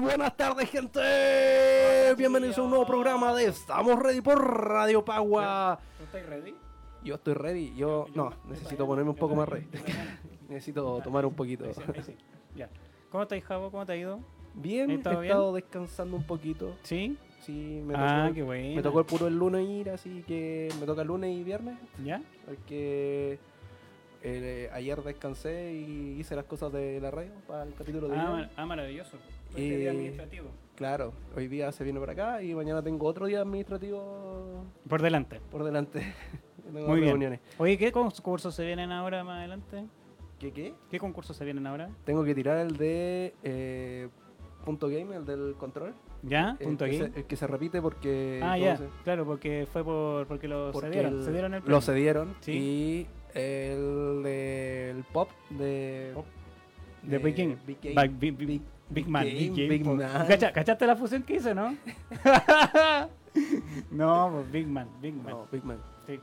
buenas tardes, gente. Bienvenidos a un nuevo programa de Estamos Ready por Radio Pagua. ¿Tú estás ready? Yo estoy ready. Yo Oh, no, necesito ponerme un poco más ready. necesito tomar un poquito. Ahí sí, ahí sí. Ya. ¿Cómo estáis, Javo? ¿Cómo te ha ido? Bien, he ¿Todo bien? estado descansando un poquito. ¿Sí? Sí, me tocó, ah, qué bueno. me tocó el puro el lunes ir, así que me toca el lunes y viernes. ¿Ya? Porque eh, ayer descansé y hice las cosas de la radio para el capítulo de Eh, Ah, hoy. ma- ah, maravilloso. Fue Y- este día administrativo. Claro, hoy día se viene para acá y mañana tengo otro día administrativo Por delante. por delante. Tengo Muy bien. reuniones. Oye, ¿qué concursos se vienen ahora más adelante? ¿Qué qué? ¿Qué concursos se vienen ahora? Tengo que tirar el de eh, punto game, el del control. ¿Ya? el Ah, Punto que aquí. se- el que se repite porque, ah, ¿cómo ya. se- Claro, porque fue por, porque lo eh, porque cedieron. el- cedieron el lo premio. cedieron. Sí. Y el del pop de Pop. De Big Game. eh, Big Game. Ba- Big, Big- Big- Big Man. Game, Big Game, Big po. Man. Cacha- ¿Cachaste la fusión que hizo, no? no, pues Big Man. Big Man. No, Big Man. Sí.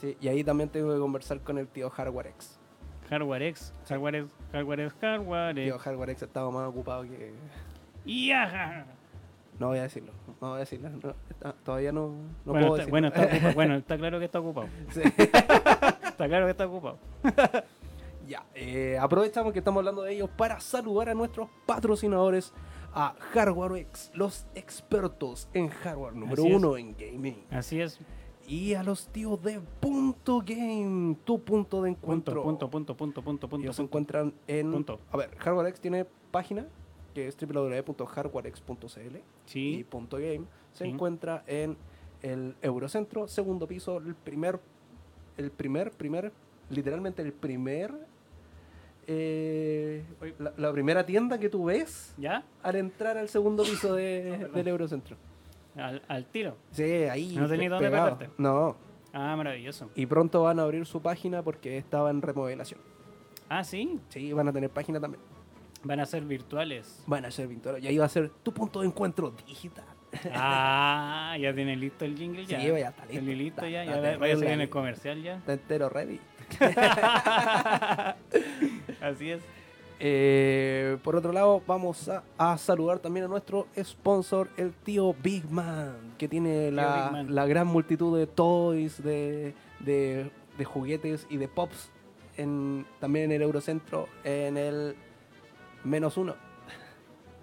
Sí, y ahí también tengo que conversar con el tío Hardware X. Hardware X, Hardware X, Hardware X, Hardware El tío X. Hardware X estaba más ocupado que. Y ajá. No voy a decirlo. No voy a decirlo. no, está- todavía no, no bueno, puedo está, decirlo. bueno, está ocupado, bueno, está claro que está ocupado. Sí. Está claro que está ocupado. Ya, eh, aprovechamos que estamos hablando de ellos para saludar a nuestros patrocinadores, a Hardware X, los expertos en hardware número Así es. uno en gaming, Así es. y a los tíos de Punto Game, tu punto de encuentro. Punto, punto, punto, punto, punto, punto. ellos se encuentran en. Punto. A ver, Hardware X tiene página que es www.hardwarex.cl y Sí, punto game se Sí. encuentra en el Eurocentro, segundo piso, el primer, el primer, primer, literalmente el primer, eh, Oye. la, la primera tienda que tú ves ¿ya? al entrar al segundo piso de- No, perdón. del Eurocentro. Al, al tiro. Sí, ahí. No tenés pe- dónde pegado. perderte. No, Ah, maravilloso. y pronto van a abrir su página porque estaba en remodelación. Ah, sí, Sí, van a tener página también. van a ser virtuales. Van a ser pintoras. Y ahí va a ser tu punto de encuentro digital. Ah, ya tiene listo el jingle ya. Sí, ya está listo. Ah, El listo Está- ya, está ya va- vaya a salir en terrible. el comercial ya. Está entero ready. Así es. Eh, por otro lado, vamos a, a saludar también a nuestro sponsor, el tío Big Man, que tiene Big la, Man. la gran multitud de toys, de, de- de juguetes y de pops, en, también en el Eurocentro, en el menos uno.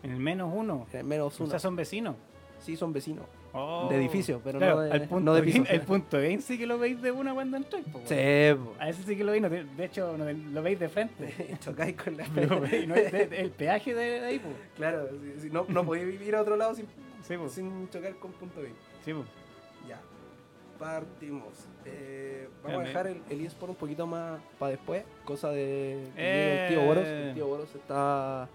En el menos uno. En el menos O uno. sea, son vecinos. Sí, son vecinos. Oh. De edificio, pero Claro, no de- al punto no de game- piso. el punto game sí que lo veis de una cuando entráis. po, Sí, weón. po. A ese sí que lo veis, no te- de hecho no te- lo veis de frente. chocáis con la Lo veis, no es de- de- el peaje de, de ahí, po. Claro, si- si no, no podía vivir a otro lado sin, Sí, po. sin chocar con punto B. Sí, po. Ya. Partimos. Eh, vamos Espérame. a dejar el, el eSport un poquito más para después. Cosa de que llegue Eh. el tío Boros. El tío Boros está.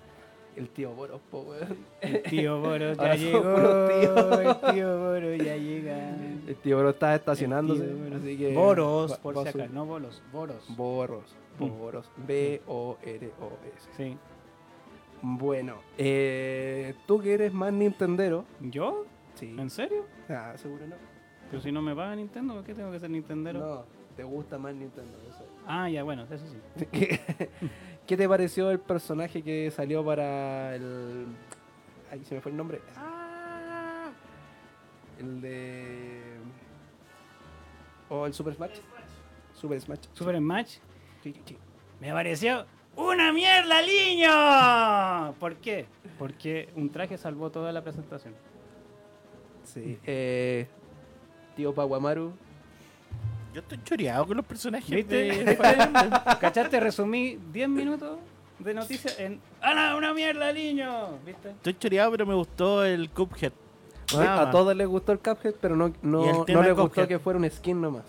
El tío Boros, po, weón. El tío Boro ya Ahora somos llegó. puros tíos. El tío Boro ya llega. El tío Boros está estacionándose. El tío Boros. así que Boros, va- por va si a su- acaso. No bolos, boros. Boros. Mm. Boros. B-O-R-O-S. sí. Bueno, eh, tú que eres más Nintendero. ¿Yo? Sí. ¿En serio? Ah, seguro no. Pero si no me paga Nintendo, ¿por qué tengo que ser Nintendero? No, te gusta más Nintendo. Eso. Ah, ya, bueno, eso sí. ¿Qué te pareció el personaje que salió para el. Ahí se me fue el nombre. Ah. El de. O el Super Smash. Super Smash. Super Smash Sí, sí, sí. Me pareció una mierda, niño. ¿Por qué? Porque un traje salvó toda la presentación. Sí. Eh, tío Pawamaru. Yo estoy choreado con los personajes. ¿Viste? de- ¿Cachaste? Resumí 10 minutos de noticias en ¡Hala, una mierda, niño! ¿Viste? Estoy choreado, pero me gustó el Cuphead. Bueno, Nada Eh, a más. todos les gustó el Cuphead, pero no, Y el no, no tema les Cuphead. gustó que fuera un skin nomás.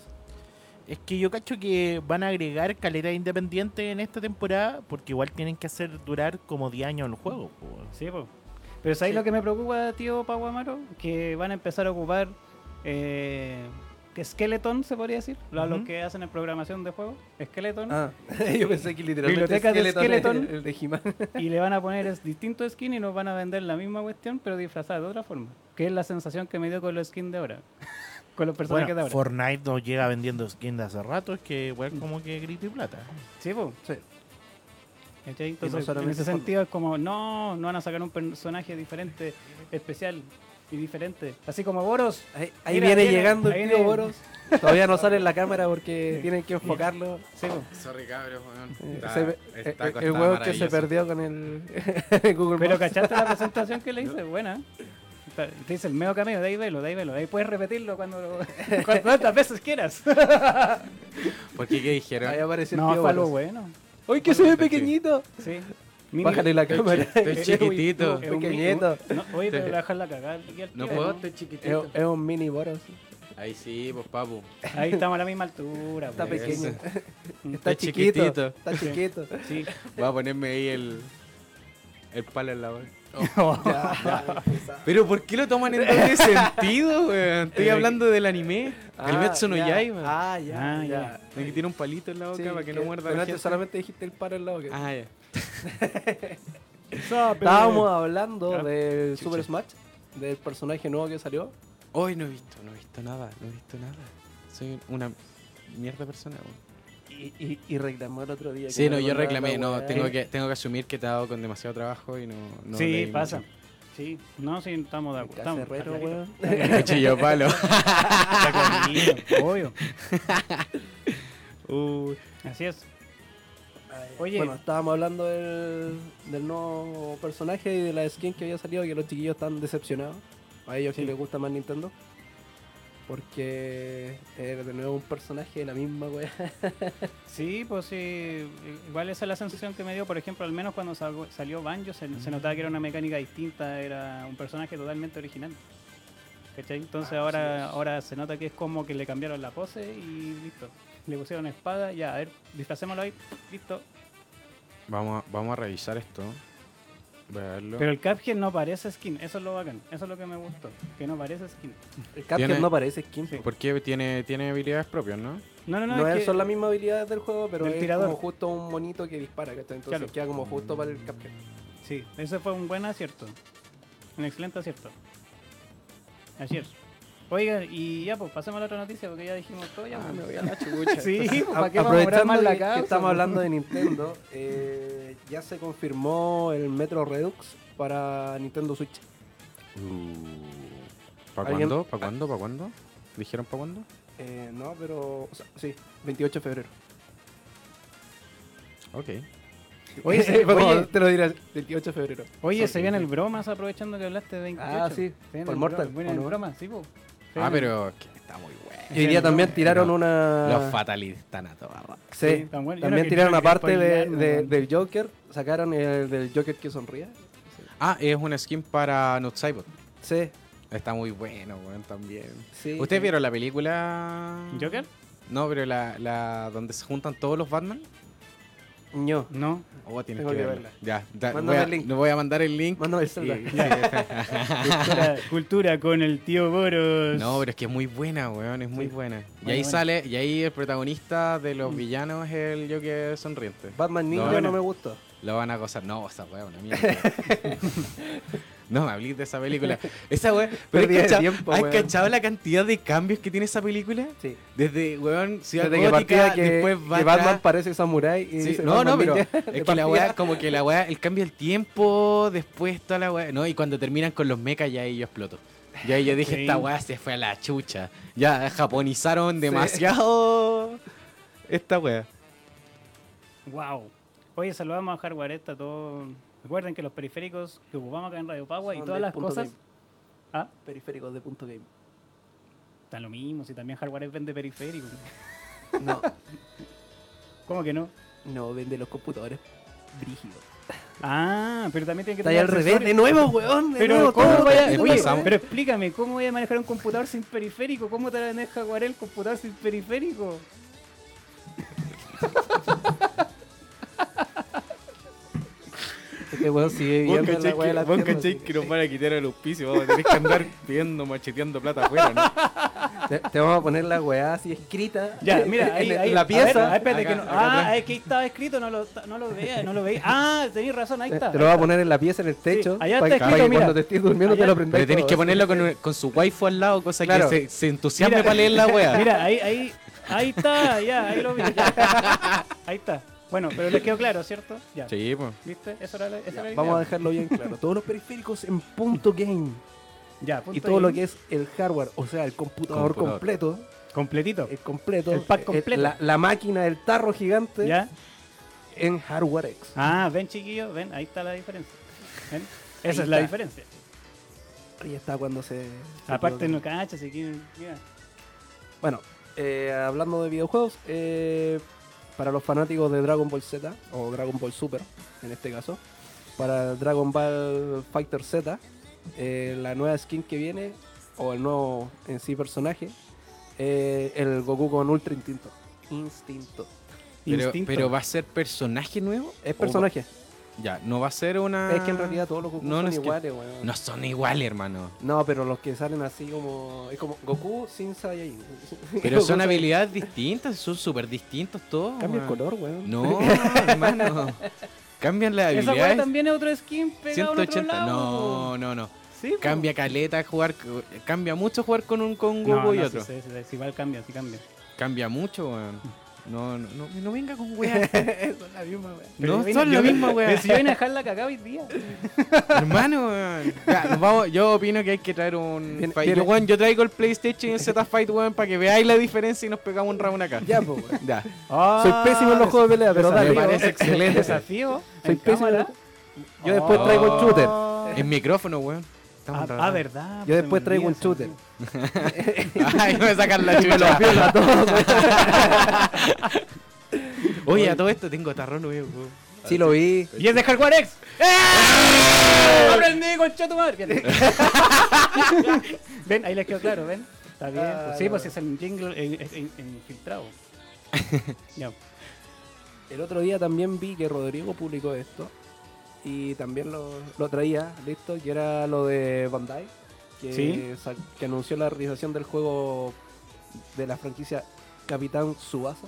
Es que yo cacho que van a agregar calera independiente en esta temporada porque igual tienen que hacer durar como 10 años el juego. po. Sí, po. Pero ¿sabéis Sí. lo que me preocupa, tío Paguamaro? Que van a empezar a ocupar eh, Skeleton, se podría decir. A Los Ujú. que hacen en programación de juegos. Skeleton. Ah, yo pensé que literalmente. Biblioteca de Skeleton Skeleton. El, el de He-Man. Y le van a poner es distinto skin y nos van a vender la misma cuestión, pero disfrazada de otra forma. Que es la sensación que me dio con los skins de ahora. con los personajes Bueno, de ahora. Fortnite no llega vendiendo skins de hace rato, es que igual como que grita y plata. Sí, po. Sí. ¿cachai? Entonces, en solamente ese forma. sentido es como, no, no van a sacar un personaje diferente, especial y diferente. Así como Boros. Ahí, ahí Mira, viene, viene, llegando ahí el tío viene. Boros. Todavía no sale en la cámara porque tienen que enfocarlo. Sí, po. Sorry, cabros, weón. Eh, Está- se ve- está- eh, está el huevo que se maravilloso. perdió con el Google Pero Maps. ¿cachaste la presentación que le hice? Buena. Está- Te dice el medio camino, de ahí velo, de ahí velo. Ahí puedes repetirlo cuando lo- cuantas veces quieras. ¿Por qué qué dijeron? Ahí aparece el No, tío fue algo Boros. bueno. ¡Uy, que se ve pequeñito! Sí. Mini- Bájale la Estoy cámara. chi- estoy Es chiquitito. un- es Es un mini- pequeñito. No, oye, pero le dejas la cagada. y al No eh, tío, puedo, ¿no? estoy chiquitito. Es, es un mini Boros. Ahí sí, pues papu. Ahí estamos a la misma altura. Está pues. pequeño. Está Está chiquito. chiquitito. Está chiquito. Sí. Voy a ponerme ahí el. El palo en la mano. Ya, ya, esa. Pero ¿por qué lo toman en doble sentido, weón? Estoy Eh, hablando del anime. El Ah, Metsu no ya. Yaiba. Ah, ya. Ah, ya. De que tiene un palito en la boca Sí, para que no muerda pero la antes gente. solamente dijiste el paro en la boca. Ah, ya. Estábamos hablando Ya. del Chucha. Super Smash, del personaje nuevo que salió. Hoy no he visto, no he visto nada, no he visto nada. Soy una mierda persona, weón. Y, y, y reclamó el otro día. que Sí, no, yo recordaba reclamé, la no, weá. tengo que, tengo que asumir que te ha dado con demasiado trabajo y no. no leí sí, mucho. pasa. Sí, no, sí, estamos de acuerdo. estamos- Cacerrero, está clarito. weón. Cuchillo palo. Está clarito, obvio. Uy. Así es. Oye. Oye. Bueno, estábamos hablando del, del nuevo personaje y de la skin que había salido, que los chiquillos están decepcionados. A ellos que Sí. les gusta más Nintendo. Porque era de nuevo un personaje de la misma weá. Sí, pues sí. Igual esa es la sensación que me dio, por ejemplo, al menos cuando salgo- salió Banjo, se, se notaba que era una mecánica distinta, era un personaje totalmente original. ¿Cachai? Entonces Ah, ahora, así es. ahora se nota que es como que le cambiaron la pose y listo. Le pusieron espada, ya, a ver, disfracémoslo ahí, listo. Vamos a, vamos a revisar esto. Voy a verlo. Pero el Cuphead no parece skin, eso es lo bacán, eso es lo que me gustó, que no parece skin. El Captain Tiene- no parece skin. po. Porque tiene, tiene habilidades propias, ¿no? No, no, no, No es es- que- son las mismas habilidades del juego, pero Del es tirador. como justo un monito que dispara, ¿cachai? Entonces Claro. queda como justo para el Cuphead. Sí, ese fue un buen acierto. Un excelente acierto. Ayer. Oigan, y ya, pues pasemos a la otra noticia porque ya dijimos todo. Ya, pues. Ah, voy a la chucha. Sí, pues, ¿para qué vamos a Aprovechando morar más la que- que, causa, estamos pues? hablando de Nintendo, eh, ya se confirmó el Metro Redux para Nintendo Switch. ¿Para ¿Alguien- cuándo? ¿Para cuándo? ¿Para cuándo? ¿Dijeron para cuándo? Eh, no, pero. o sea, sí, 28 de febrero. Ok. Oye, se- Fue como, oye. te lo dirás, 28 de febrero. Oye, Ok, se viene ok. el bromas aprovechando que hablaste de 28. Ah, sí, Se viene por el Mortal, Bro- viene ¿o el no? bromas, sí, pues. Se Ah, viene- pero que está muy bueno. Y hoy día también tiraron No, una. Los fatalistas están a toda raja. Sí, Sí, tan bueno. Yo también no quería- tiraron no quería aparte de, spoilearme, de- weón. del Joker, sacaron el del Joker que sonríe. Ah, es una skin para Notsybot. Sí, Está muy bueno, weón, también. sí. ¿Ustedes vieron la película? ¿Joker? No, pero la, la donde se juntan todos los Batman. No. No. Oh, tienes Tengo que que verla. Ya, da- Mándame voy a, el link. le voy a mandar el link. Mándame el celular. Y- Cultura, cultura con el tío Boros. No, pero es que es muy buena, weón, es muy Sí. buena. Y Muy ahí buena. sale, y ahí el protagonista de los Mm. villanos es el Joker sonriente. Batman Ninja no, bueno. me gustó. Lo van a gozar. No, esa weá es una mierda. no me hablís de esa película. Esa weá. Pero Pérdida de ¿has cachado- tiempo, ¿has weón. cachado la cantidad de cambios que tiene esa película? Sí. Desde, weón, Ciudad Desde que Gótica, partía que, después que Batra- Batman parece samurái y Sí, dice no, no, Batman pero Ninja, de es que la partida. weá, como que la weá, el cambio del tiempo, después toda la weá, no, y cuando terminan con los mechas ya ahí yo exploto. Ya ahí yo dije, Sí. esta weá se fue a la chucha. Ya japonizaron demasiado esta weá. Wow. Oye, saludamos a Hardware Esta, todo. Recuerden que los periféricos que ocupamos acá en Radio Pagua y Son todas de las punto cosas. game. Ah, Periféricos de punto game. está lo mismo, si también Hardware vende periféricos. No, ¿Cómo que no? no, vende los computadores. Brígido. Ah, pero también tiene que Está ahí al revés, de accesorios. nuevo, weón. de Pero, nuevo, ¿cómo todo voy el a, Esto oye, pasamos. pero explícame, ¿cómo voy a manejar un computador sin periférico? ¿Cómo te la maneja Hardware el computador sin periférico? Este weón sigue viviendo Vos en la cachai weá de que, la vos tienda, cachai así que nos van a quitar el auspicio, vamos a tener que andar pidiendo, macheteando plata afuera, ¿no? Te, te vamos a poner la weá así escrita. Ya, en- mira, ahí, en ahí, la a pieza. ver, ah, espérate Acá, que no- acá ah, atrás. es que ahí estaba escrito, no lo, no lo veía, no lo veía. Ah, tenías razón, ahí te, está. te lo va ahí a poner en la pieza, en el techo. allá pa- está pa- escrito, que mira. Cuando te estés durmiendo Allá- te lo prendas. Pero tenéis que todo, ponerlo así. con, con su waifu al lado, cosa Claro. que se, se entusiasme Mira. para leer la está. weá. Mira, ahí, ahí, ahí está, ya, ahí lo vi. ya. Ahí está. Bueno, pero les quedó claro, ¿cierto? Ya. Sí, pues. ¿Viste? Eso era la, esa Ya, era la vamos a idea. dejarlo bien claro. Todos los periféricos en punto game Ya, punto y todo lo ahí. que es el hardware, o sea, el computador, Computador. completo, Completito. el completo, eh, El pack completo. la, la máquina del tarro gigante ¿Ya? en Hardware X. Ah, ven, chiquillos, ven, ahí está la diferencia. ¿Ven? Esa Ahí es la está. diferencia. Ahí está cuando se. se Aparte, equivoca. no cachas, si quieren. ya. Bueno, eh, hablando de videojuegos, eh, para los fanáticos de Dragon Ball Z o Dragon Ball Super, en este caso, para Dragon Ball Fighter Z, eh, la nueva skin que viene o el nuevo en sí personaje, eh, el Goku con Ultra Instinto. Instinto. Pero, Instinto. pero va a ser personaje nuevo. Es ¿O personaje. va- ya, no va a ser una. Es que en realidad todos los Goku Oh. no, no son es que- iguales, weón. No son iguales, hermano. No, pero los que salen así como. Es como Goku sin Saiyajin. Pero Goku son Saiyajin. habilidades distintas, son súper distintos todos. Cambia el weón. color, weón. No, hermano. Cambian las Esa weá habilidades. también es otro skin pegado en otro 180. lado. No, no, no. po. Sí, po. Cambia caleta jugar. co- Cambia mucho jugar con un con No, Goku y no, otro. Sí, sí, sí, sí, igual cambia, sí cambia. Cambia mucho, weón. No, no, no, no venga con weas. son la misma, weón. No, Pero vine- son yo- la misma Pero wea. si yo vine a dejar la cagada hoy día. Hermano, weón. Ya, nos vamos- yo opino que hay que traer un. Viene- fa- viene- Yo, weón, yo traigo el PlayStation y el Z Fight, weón, para que veáis la diferencia y nos pegamos un round acá. Ya, pues, weón. Ya. Soy pésimo Ah, en los juegos de pelea, pero dale. desafío. Me parece weón. excelente. desafío. Soy en pésimo. cámara. Yo después traigo un shooter. Oh. En micrófono, weón. Estamos Ah, raros. ah, verdad. Yo se después me traigo olvida, un se me shooter. olvida. Ay, me sacan la chula. Oye, a todo esto tengo tarrón, weón. weón. Sí, lo vi. Y es de Hardware X. ¡Eh! ¡Eh! ¡Aprendí con tu madre! Bien. ven, ahí les quedó claro, ven. Está bien. Ah, sí, no. pues es el jingle eh, es in- infiltrado. Ya. El otro día también vi que Rodrigo publicó esto. Y también lo, lo traía, listo, que era lo de Bandai. Que, Sí. sa- que anunció la realización del juego de la franquicia Capitán Subasa.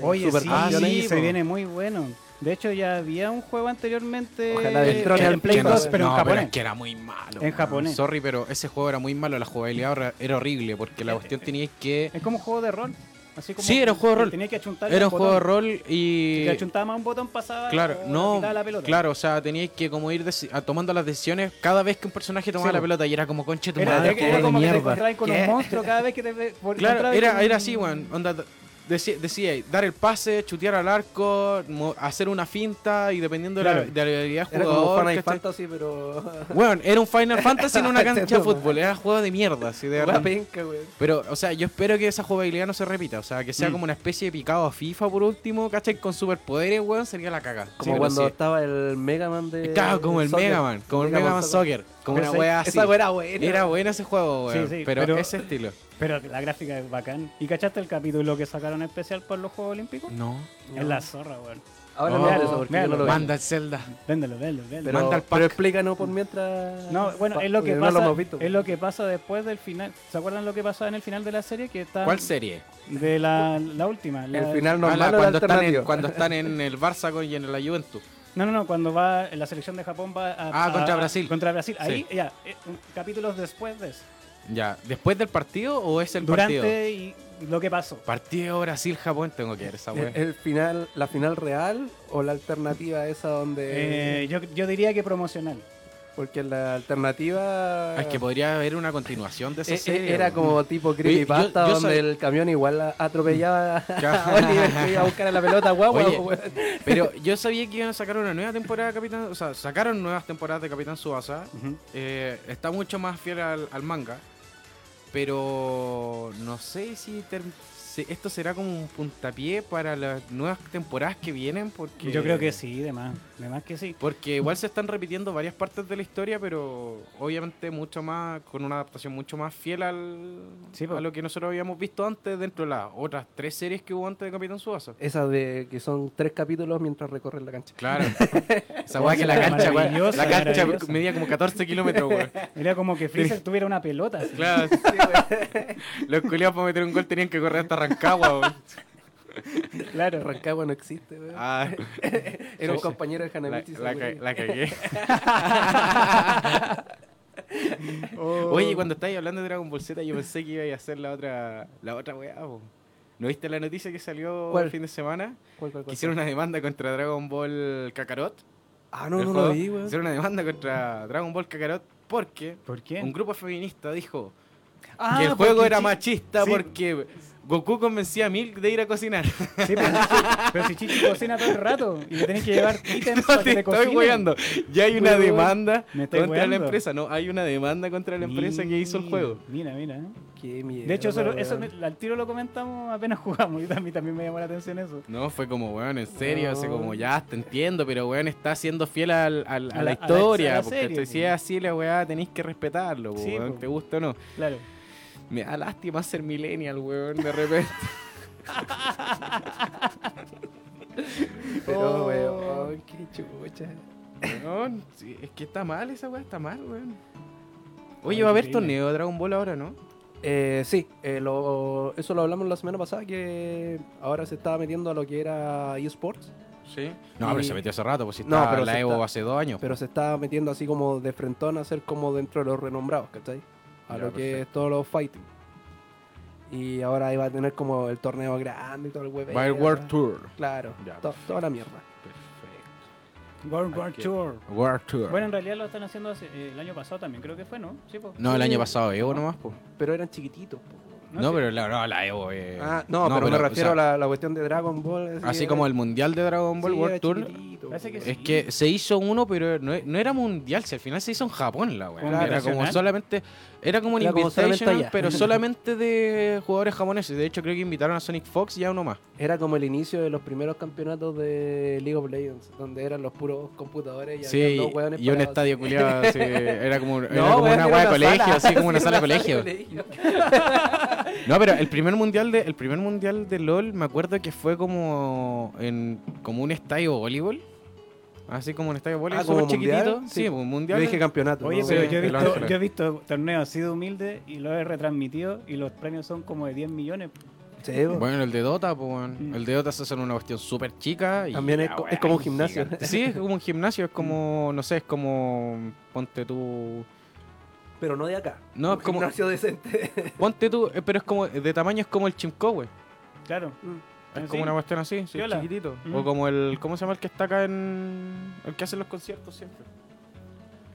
Oye, sí, Ah, Campeones. sí, se po. viene muy bueno. De hecho, ya había un juego anteriormente Ojalá eh, destrone en al Play que no- 2, pero en no, japonés. es que era muy malo. En weón. japonés. Sorry, pero ese juego era muy malo. La jugabilidad era- era horrible porque la cuestión tenía que. Es como un juego de rol. Así como Sí, era un juego de rol. Tenía que achuntar Era un un juego de botón. rol y. Si te achuntabas más un botón, pasaba. Claro, o no, pitaba la pelota. claro, o sea, teníais que como ir deci- a- tomando las decisiones cada vez que un personaje tomaba Sí, la po. pelota y era como conche tu Era, madre, era juego de como que te mierda". encontrabas con un monstruo cada vez que te ve- por- Claro, encontrabas con era, un- era así, weón. Onda, deci- decía, dar el pase, chutear al arco, mo- hacer una finta y dependiendo de la- Claro. de la habilidad Era jugador. como Final ¿cachai? Fantasy, pero. Weón, era un Final Fantasy en una cancha de Entiendo, fútbol, era juego de mierda, así de Una verdad. penca, weón. Pero, o sea, yo espero que esa jugabilidad no se repita, o sea, que sea Mm. como una especie de picado a FIFA por último, ¿cachai? Con superpoderes, weón, sería la caga. Como Pero cuando sí. estaba el Mega Man de. Claro, como el Soccer. Mega Man, como el Mega Man Soccer, como Pero una sí, wea así. Esa weá era buena. Era bueno ese juego, Sí, weón, sí, pero, pero- ese estilo. Pero la gráfica es bacán. ¿Y cachaste el capítulo que sacaron especial para los Juegos Olímpicos? No. No. Es la zorra, weón. Ahora Oh, no, eso porque yo mira, no lo vi. Manda el Zelda. Véndelo, véndelo, véndelo. Pero, Manda el pero pack. explícanos por mientras. eh, No, bueno, pa- es lo porque que no pasa. hemos visto. es lo que pasa después del final. ¿Se acuerdan lo que pasaba en el final de la serie? Que está ¿Cuál serie? de la, la última. la- El final Ah, normal la- o el cuando, están en, alternativo. cuando están en el Barça con- y en la Juventus. No, no, no, cuando va la selección de Japón va a, Ah, a- contra Brasil. Contra Brasil. Ahí, ya, eh, capítulos después de eso. Ya, ¿después del partido o es el partido? Durante y lo que pasó. Partido Brasil-Japón, tengo que ver esa wea. ¿El, el final, ¿La final real o la alternativa esa donde.? Eh, yo, yo diría que promocional. porque la alternativa. Ah, Es que podría haber una continuación de esa eh, eh, serie. era weón. como tipo yo- creepypasta yo donde sabía- el camión igual a- atropellaba a Ya. Oliver que iba a buscar a la pelota guagua. Oye, weón. Pero yo sabía que iban a sacar una nueva temporada de Capitán... O sea, sacaron nuevas temporadas de Capitán Subasa. eh, está mucho más fiel al, al manga. Pero no sé si, ter- si esto será como un puntapié para las nuevas temporadas que vienen. Porque Yo creo que sí, de más. De más que sí. Porque igual se están repitiendo varias partes de la historia, pero obviamente mucho más con una adaptación mucho más fiel al, Sí, po. a lo que nosotros habíamos visto antes dentro de las otras tres series que hubo antes de Capitán Subasa. Esa de que son tres capítulos mientras recorren la cancha. Claro. Esa weá que la cancha, weá, Maravillosa, La cancha maravillosa. medía como 14 kilómetros, weón. Era como que Freezer tuviera una pelota. así. Claro. Los culiados para meter un gol tenían que correr hasta Rancagua, weón. Claro. Rancagua no existe, weón. Ah, Era un sí. compañero de la, Hanamichi. la ca- seguro. la cagué. Oh. Oye, cuando estáis hablando de Dragon Ball Z, yo pensé que iba a hacer la otra, la otra weá, po. ¿No viste la noticia que salió ¿Cuál? el fin de semana? ¿Cuál, cuál, cuál? Que hicieron una demanda contra Dragon Ball Kakarot. Ah, no, el no juego. lo vi, weón. Hicieron una demanda contra Dragon Ball Kakarot porque ¿Por un qué? grupo feminista dijo Ah, que el juego porque era Chi- machista sí. porque Goku convencía a Milk de ir a cocinar. Sí, pero, pero si Chichi cocina todo el rato y le tenés que llevar ítems para No, que te te estoy cocinen. weando. Ya hay una Weón, demanda me estoy contra la weando. empresa. No, hay una demanda contra la empresa que hizo el Mira, juego. Mira, mira. ¿eh? Qué mierda, De hecho, eso, lo- weón. eso me- al tiro lo comentamos apenas jugamos y a mí también me llamó la atención eso. No, fue como, weón, en serio, así No. como, ya, te entiendo, pero weón, está siendo fiel al- al- a, Oh. A la la- a historia. la porque serie, te- si es po. así la weá, tenéis que respetarlo, po, Sí, weón, po. te gusta o no. Claro. Me da lástima ser millennial, weón, de repente. Pero, Oh. weón, qué chucha. weón, sí, es que está mal esa weá, está mal, weón. Oye, va a haber Increíble. torneo de Dragon Ball ahora, ¿no? Eh, sí, eh, lo- eso lo hablamos la semana pasada, que ahora se estaba metiendo a lo que era eSports, Sí. No, pero se metió hace rato, pues si No, estaba pero la se Evo está- hace dos años. pues. pero se estaba metiendo así como de frentón a ser como dentro de los renombrados, ¿cachai? A Ya, lo que es perfecto. todos los fighting. Y ahora iba a tener como el torneo grande y todo el huevo. Va el World Tour. Claro, Ya, to- toda la mierda. Perfecto. World War Ok. Tour. World Tour. Bueno, en realidad lo están haciendo hace- eh, el año pasado también, creo que fue, ¿no? Sí, po. no, el año pasado Evo nomás, pues. Pero eran chiquititos. po. No, sí. pero la, no, la Evo. eh, Ah, no, pero, o me refiero sea, a la, la cuestión de Dragon Ball. Así como el mundial de Dragon Ball World Tour. eh, Parece que Es sí. que se hizo uno, pero no, no era mundial, si al final se hizo en Japón la weá. Como era como nacional. solamente. Era como un Era como solamente invitational, allá. pero solamente de jugadores japoneses. De hecho, creo que invitaron a Sonic Fox y a uno más. Era como el inicio de los primeros campeonatos de League of Legends, donde eran los puros computadores y habían Sí, dos hueones y un parados. estadio culiado. así, era como, era No, weón, como una era weá de colegio, sala, así como una sí, sala de colegio. colegio. No, pero el primer mundial de el primer mundial de LOL me acuerdo que fue como en como un estadio de voleibol. Así como un estadio de voleibol Ah, ¿como súper mundial? chiquitito. Sí, Sí. un Yo mundial. dije campeonato. Oye, ¿no? pero Sí, yo he, de Los visto, Ángeles. yo he visto torneos así de humildes y los he retransmitido y los premios son como de 10 millones. Sí, weón. Bueno, el de Dota, pues, weón. Mm. El de Dota se hace una cuestión súper chica. Y También es la co- weá es como un gimnasio. gigante. Sí, es como un gimnasio, es como, Mm. no sé, es como, ponte tú, pero no de acá. No, Un es como- gimnasio decente. ponte tú, eh, pero es como, de tamaño es como el Chimco, güey. Claro. Es Ah, sí. como una cuestión así, sí, Piola. chiquitito. Mm. O como el, ¿cómo se llama el que está acá en, el que hace los conciertos siempre?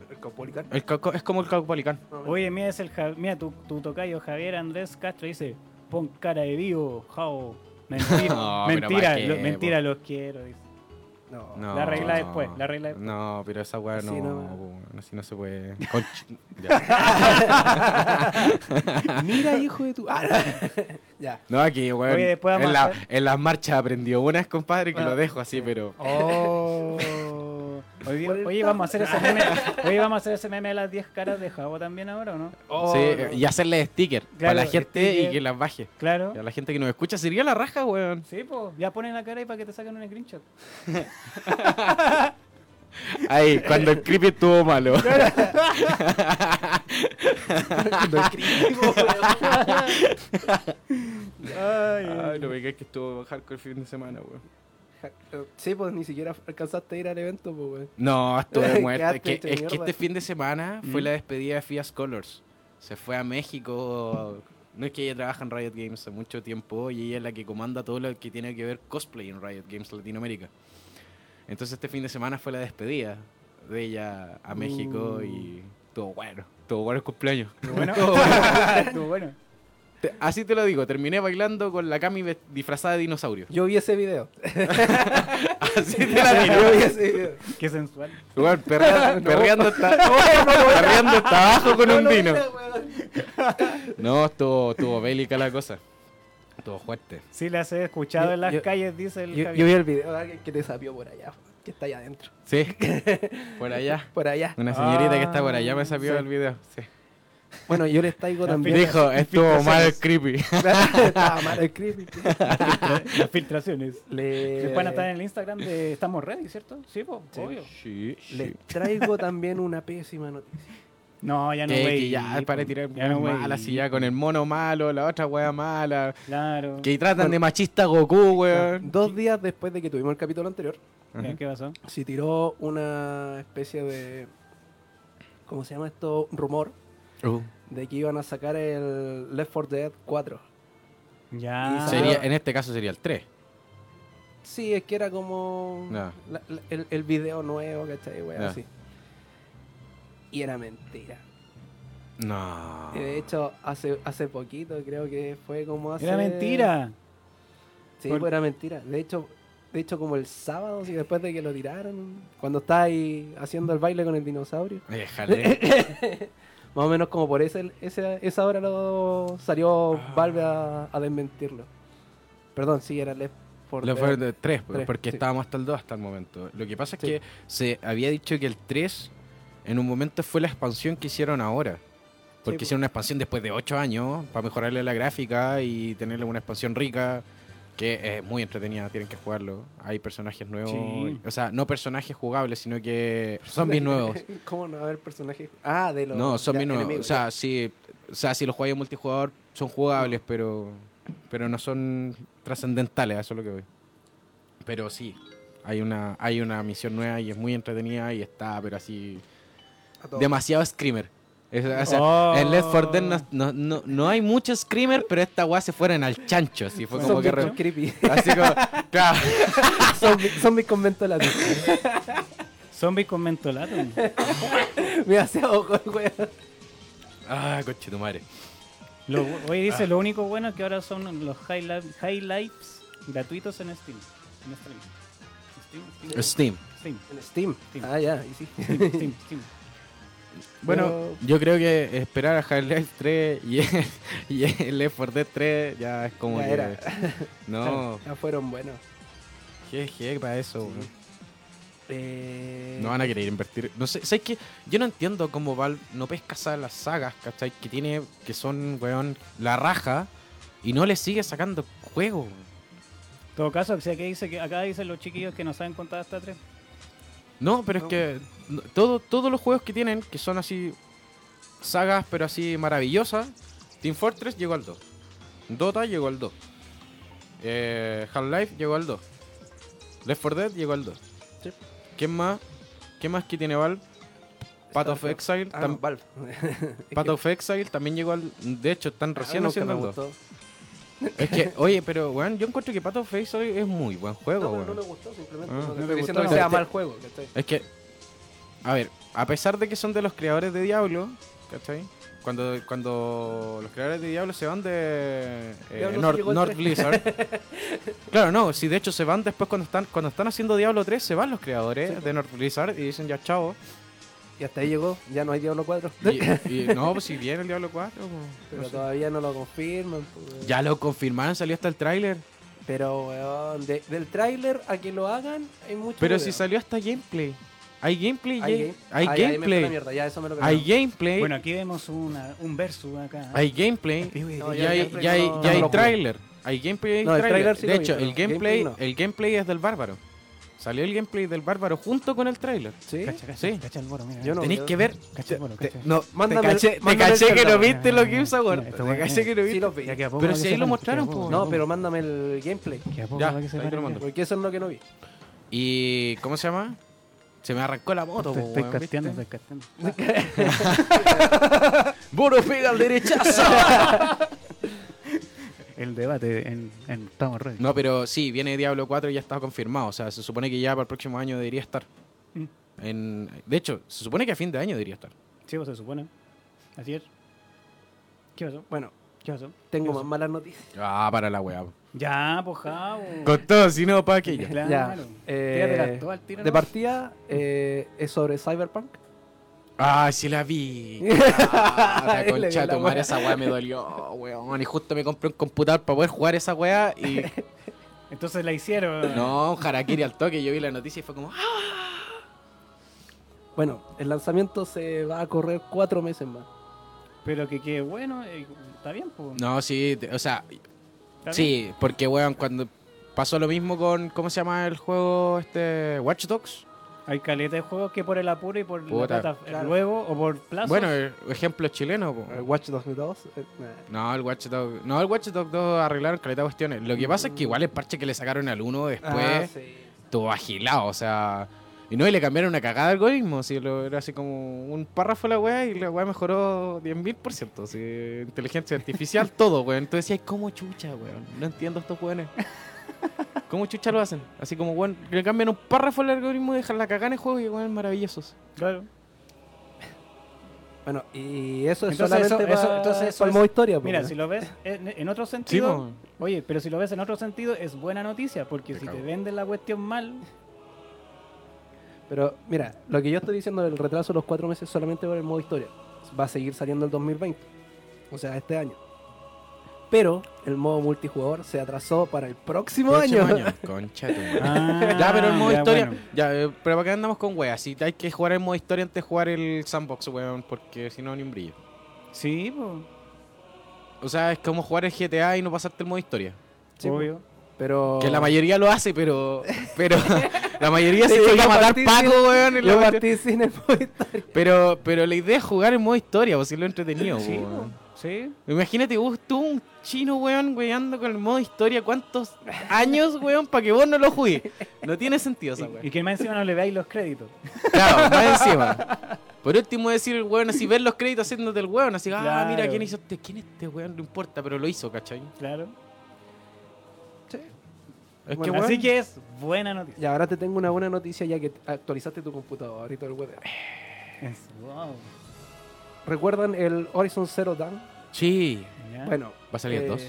El Caupolicán. El Cauco- es como el Caupolicán. Oye, mira, es el Ja- mira tu, tu tocayo Javier Andrés Castro dice, pon cara de vivo, jao. Mentira, No, pero mentira, ¿pa' qué, lo- po? mentira, los quiero. dice. No. No, La regla después, la regla pues. después. No, pero esa weá no, Así no. po, así no se puede. Con ch- ya. Mira, hijo de tu. Ah, ya. No, aquí, weón. Oye, después vamos en, a la- hacer- Ah. en las marchas aprendió unas, compadre, que lo dejo así, pero. Oh. Hoy día- Por el oye, vamos a hacer ese meme. Oye, vamos a hacer ese meme de las 10 caras de Jabo también ahora, ¿o no? Oh, sí, eh, no. y hacerle sticker para la gente sticker. y que las baje. Claro. Y a la gente que nos escucha sería la raja, weón. Sí, pues, ya ponen la cara ahí para que te saquen un screenshot. Ahí, cuando el creepy estuvo malo. Lo escribo, weón. Ay, lo que es que estuvo hardcore el fin de semana, weón. Sí, pues ni siquiera alcanzaste a ir al evento, pues, weón. No, estuve Qué muerto. Es que, asco, es que mierda. este fin de semana fue ¿Mm? la despedida de Fias Colors. Se fue a México. No es que ella trabaja en Riot Games hace mucho tiempo y ella es la que comanda todo lo que tiene que ver cosplay en Riot Games Latinoamérica. Entonces este fin de semana fue la despedida de ella a México Uh. y todo bueno. Todo bueno el cumpleaños. Estuvo bueno. Estuvo bueno. Te- Así te lo digo, terminé bailando con la Cami ve- disfrazada de dinosaurio. Yo vi ese video. Así te la digo. Yo vi ese video. Qué sensual. Weón, perrea- perreando, hasta, perreando hasta abajo con un dino. No, estuvo, estuvo bélica la cosa. Estuvo fuerte. Sí, las he escuchado Yo- en las yo- calles, dice el Yo, yo Javier. vi el video de alguien que te sapió por allá, weón, que está allá adentro. Sí. Por allá. Por allá. Una señorita que Ah, está por allá me sabió sí. el video. Sí. Bueno, yo les traigo también. Dijo, estuvo mal el filtraciones. creepy. Estaba mal el creepy. Las filtraciones. Le- Van a estar en el Instagram de Estamos Ready, ¿cierto? Sí, po, Sí. obvio. Eh, Sí, Les traigo también una pésima noticia. No, ya no, Que- güey. que ya, para de tirar Ya no, güey. mala, si ya con el mono malo, la otra wea mala. Claro. Eh, Que tratan de machista a Goku, weón. Dos días después de que tuvimos el capítulo anterior, ¿Qué, qué pasó? se tiró una especie de. ¿Cómo se llama esto? Rumor Uh. de que iban a sacar el Left 4 Dead 4. Ya. Ah. Sería, en este caso sería el 3. Sí, es que era como Ya. la- la- el, el video nuevo, ¿cachai? Wea, Ya. así. Y era mentira. No. Y de hecho, hace, hace poquito, creo que fue como hace... Era mentira. Sí, Por- pues era mentira. De hecho, de hecho como el sábado, sí, después de que lo tiraron, cuando está ahí haciendo el baile con el dinosaurio. Déjale. Más o menos como por ese, ese- esa hora lo salió Valve a, a desmentirlo. Perdón, sí, era Left 4 Lo Dead. fue de 3, Tres, porque sí. estábamos hasta el 2 hasta el momento. Lo que pasa es Sí. que se había dicho que el 3 en un momento fue la expansión que hicieron ahora. Porque pues. hicieron una expansión después de 8 años para mejorarle la gráfica y tenerle una expansión rica que es muy entretenida, tienen que jugarlo. Hay personajes nuevos, Sí. o sea, no personajes jugables, sino que zombies nuevos. ¿Cómo no va a haber personajes? Ah, de los No, zombies ya, nuevos. enemigos, o, sea, sí, o sea, si los juegas en multijugador son jugables, pero, pero no son trascendentales, a eso es lo que voy. Pero sí, hay una, hay una misión nueva y es muy entretenida y está, pero así, a todos. demasiado screamer. Es- o sea, Oh. En Left 4 Dead no, no, no- no hay mucho screamer, pero esta weá se fueron al chancho. Así fue como que. zombies re- con creepy. así como. Claro. zombies, zombies con mentolato. Zombies con mentolato. Me hace ojo, weón. Ah, coche tu madre. Lo, oye, Ah. dice, lo único bueno es que ahora son los highli- highlights gratuitos en Steam. En stream. Steam, Steam, Steam. Steam, En Steam. Steam. Ah, ya, y sí. Steam, Steam, Steam. Bueno, yo creo que esperar a Half-Life 3 y, y el Left 4 Dead 3 ya es como Ya que- era. No, Ya fueron buenos. GG para eso. Sí. weón. Eh, No van a querer invertir. No sé, ¿sabes qué? Yo no entiendo cómo Valve no pesca esa- las sagas, ¿cachai? Que tiene, que son, weón, la raja y no le sigue sacando juego. En todo caso, o sea, que dice que acá dicen los chiquillos que no saben contar hasta tres. No, pero es No. que no- todo, todos los juegos que tienen, que son así sagas, pero así maravillosas, Team Fortress llegó al 2. Dota llegó al 2. Eh, Half-Life llegó al 2. Left 4 Dead llegó al 2. Sí. ¿Qué más? ¿Qué más que tiene Valve? Path of Starcraft. Exile. Ah, tam- no, Valve. Path of Exile también llegó al... De hecho, están recién Ah, nunca haciendo me el 2. gustó. Es que, oye, pero, weón, yo encuentro que Path of Exile es muy buen juego, No, weón. pero no me gustó, simplemente. Ah. no No te te estoy diciendo gustó, que sea no. mal juego, ¿cachai? Es que, a ver, a pesar de que son de los creadores de Diablo, ¿cachai? Cuando, cuando los creadores de Diablo se van de eh, Diablo sí North, llegó el North tres. Blizzard. claro, no, si de hecho se van después cuando están cuando están haciendo Diablo 3, se van los creadores de North Blizzard y dicen ya chao. Y hasta ahí llegó, ya no hay Diablo 4. Y, y no, pues si viene el Diablo 4. pues, Pero no sé. todavía no lo confirman. pues. Ya lo confirmaron, salió hasta el tráiler. Pero, weón, de- del tráiler a que lo hagan, hay mucho. Pero video. si salió hasta gameplay. Hay gameplay, Hay, hay, game- hay Ay, ahí me fue la gameplay. mierda, ya, eso me lo Hay perdí. gameplay. Bueno, aquí vemos una, un versus acá. Hay gameplay. No, ya yo el hay, gameplay ya hay, no- ya no hay lo jugué. tráiler. Hay gameplay y hay No, el tráiler. tráiler sí de lo vi, hecho, pero el gameplay gameplay, no. el gameplay es del bárbaro. Salió el gameplay del bárbaro junto con el tráiler. ¿Sí? Cacha, cacha, Sí. cacha el boro, mira. Yo no. Tenéis yo- que ver. Cacha el boro, Te- cacha. no, Mándame- te caché, te mándame caché el que no celular. viste lo que Ya, usa, ya, gordo. ya, Te ya, caché ya. que no Sí, viste. lo vi. Ya que a poco Pero va si que ahí se lo paren, mostraron, que a poco po. va No, que- pero mándame el gameplay. que a poco Ya, va que se ahí te lo paren, mando. Porque eso es lo que no vi. ¿Y cómo se llama? Se me arrancó la ya. moto, Te po, estoy weón, ¿viste? casteando, estoy casteando. Boro pega al derechazo. El debate en, en Estamos Ready. No, pero sí, viene Diablo 4 y ya está confirmado. O sea, se supone que ya para el próximo año debería estar. Mm. En, de hecho, se supone que a fin de año debería estar. Sí, pues, se supone. Así es. ¿Qué pasó? Bueno, ¿Qué pasó? tengo Yo más sé. malas noticias. Ah, para la weá. Ya, pues, Jao. Con todo, si no, para que ya. Claro. Ya, eh, Tíratela toda al tiro, de ¿no? partida eh, es sobre Cyberpunk. Ah, sí la vi. Ah, Le la dio concha de la tu madre, wea. esa weá me dolió, weón. Y justo me compré un computador para poder jugar esa weá y. Entonces la hicieron. No, un harakiri al toque. Yo vi la noticia y fue como. ¡Ah! Bueno, el lanzamiento se va a correr cuatro meses más. Pero que qué bueno, eh, está bien, pues. No, sí, te- o sea, está bien. sí, porque weón, cuando pasó lo mismo con. ¿Cómo se llama el juego este? Watch Dogs. Hay caleta de juegos que por el apuro y por la Puta. plata- el Claro. huevo o por plazos. Bueno, eh, ejemplo chileno. po. El Watch 2002. eh, nah. No, el Watch Dogs. No, el Watch Dogs 2 arreglaron caleta de Pues. cuestiones. Lo que pasa es que igual el parche que le sacaron al 1 después. Ah, sí. todo agilado, o sea, Y no, y le cambiaron una cagada de algoritmo. Así, lo, era así como un párrafo la weá y la weá mejoró 10.000%. Así, inteligencia artificial, todo, weón. Entonces decía, ¿cómo chucha, weón? No entiendo estos weones. ¿Cómo chucha lo hacen? Así como, weón, le cambian un párrafo al algoritmo y dejan la cagada en el juego y, weón, maravillosos. Claro. Bueno, y eso es Entonces, eso- solamente eso- pa- entonces, eso pa el es- modo historia. po, Mira, weón. si lo ves en, en otro sentido, po. oye, pero si lo ves en otro sentido, es buena noticia, porque Me si te cago. venden la cuestión mal, Pero mira, lo que yo estoy diciendo del retraso de los cuatro meses solamente por el modo historia. Va a seguir saliendo el 2020. O sea, este año. Pero el modo multijugador se atrasó para el próximo, Próximo año. año. Concha tu madre. Ah, Ya, pero el modo ya, historia. bueno. Ya, eh, pero para qué andamos con weas. Si hay que jugar el modo historia antes de jugar el sandbox, weón, porque si no, ni un brillo. Sí, po, O sea, es como jugar el GTA y no pasarte el modo historia. Sí, obvio. Pero. Que la mayoría lo hace, pero. Pero. la mayoría se De hecho, dedica a yo matar partí Paco, weón. en la Yo cuestión. partí sin el modo historia. Pero, pero la idea es jugar en modo historia, pues si es lo entretenido, Sí, weón. po, sí. Imagínate vos, tú, un chino, weón, weyando con el modo historia, ¿cuántos años, weón, para que vos no lo jugues? No tiene sentido esa weón. Y, y que más encima no le veáis los créditos. Claro, más encima. Por último, decir el weón así, ver los créditos haciéndote el weón, así, ah, Claro. mira quién hizo este, quién es este weón, no importa, pero lo hizo, ¿cachai? Claro. Es Bueno, que, Así weón, que es buena noticia. Y ahora te tengo una buena noticia ya que actualizaste tu computador y todo el web. Es- wow. ¿Recuerdan el Horizon Zero Dawn? Sí, ya. Bueno. va a salir el eh, 2.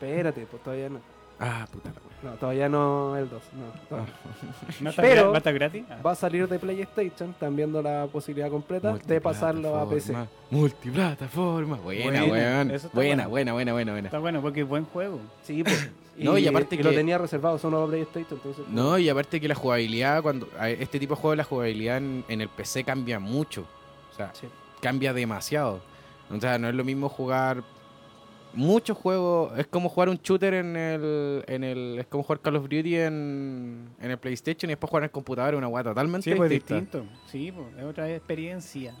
Espérate, pues todavía no. Ah, puta la weón. No, todavía no el 2. No, todavía. Ah. ¿No está pero- gra- ¿va a estar gratis? Ah. Va a salir de PlayStation, están viendo la posibilidad completa de pasarlo a PC. Multiplataforma, Multiplataforma. Buena, Buena, weón. eso está Buena, bueno. buena, buena, buena, buena. Está bueno porque es buen juego. Sí, pues. No, y aparte lo que- tenía reservado solo para PlayStation, entonces. No, y aparte que la jugabilidad, cuando a este tipo de juegos, la jugabilidad en, en el PC cambia mucho. O sea, Sí. cambia demasiado. O sea, no es lo mismo jugar muchos juegos. Es como jugar un shooter en el. En el es como jugar Call of Duty en, en el PlayStation y después jugar en el computador. Es una guay totalmente Sí, pues distinta. distinto. Sí, pues es otra experiencia.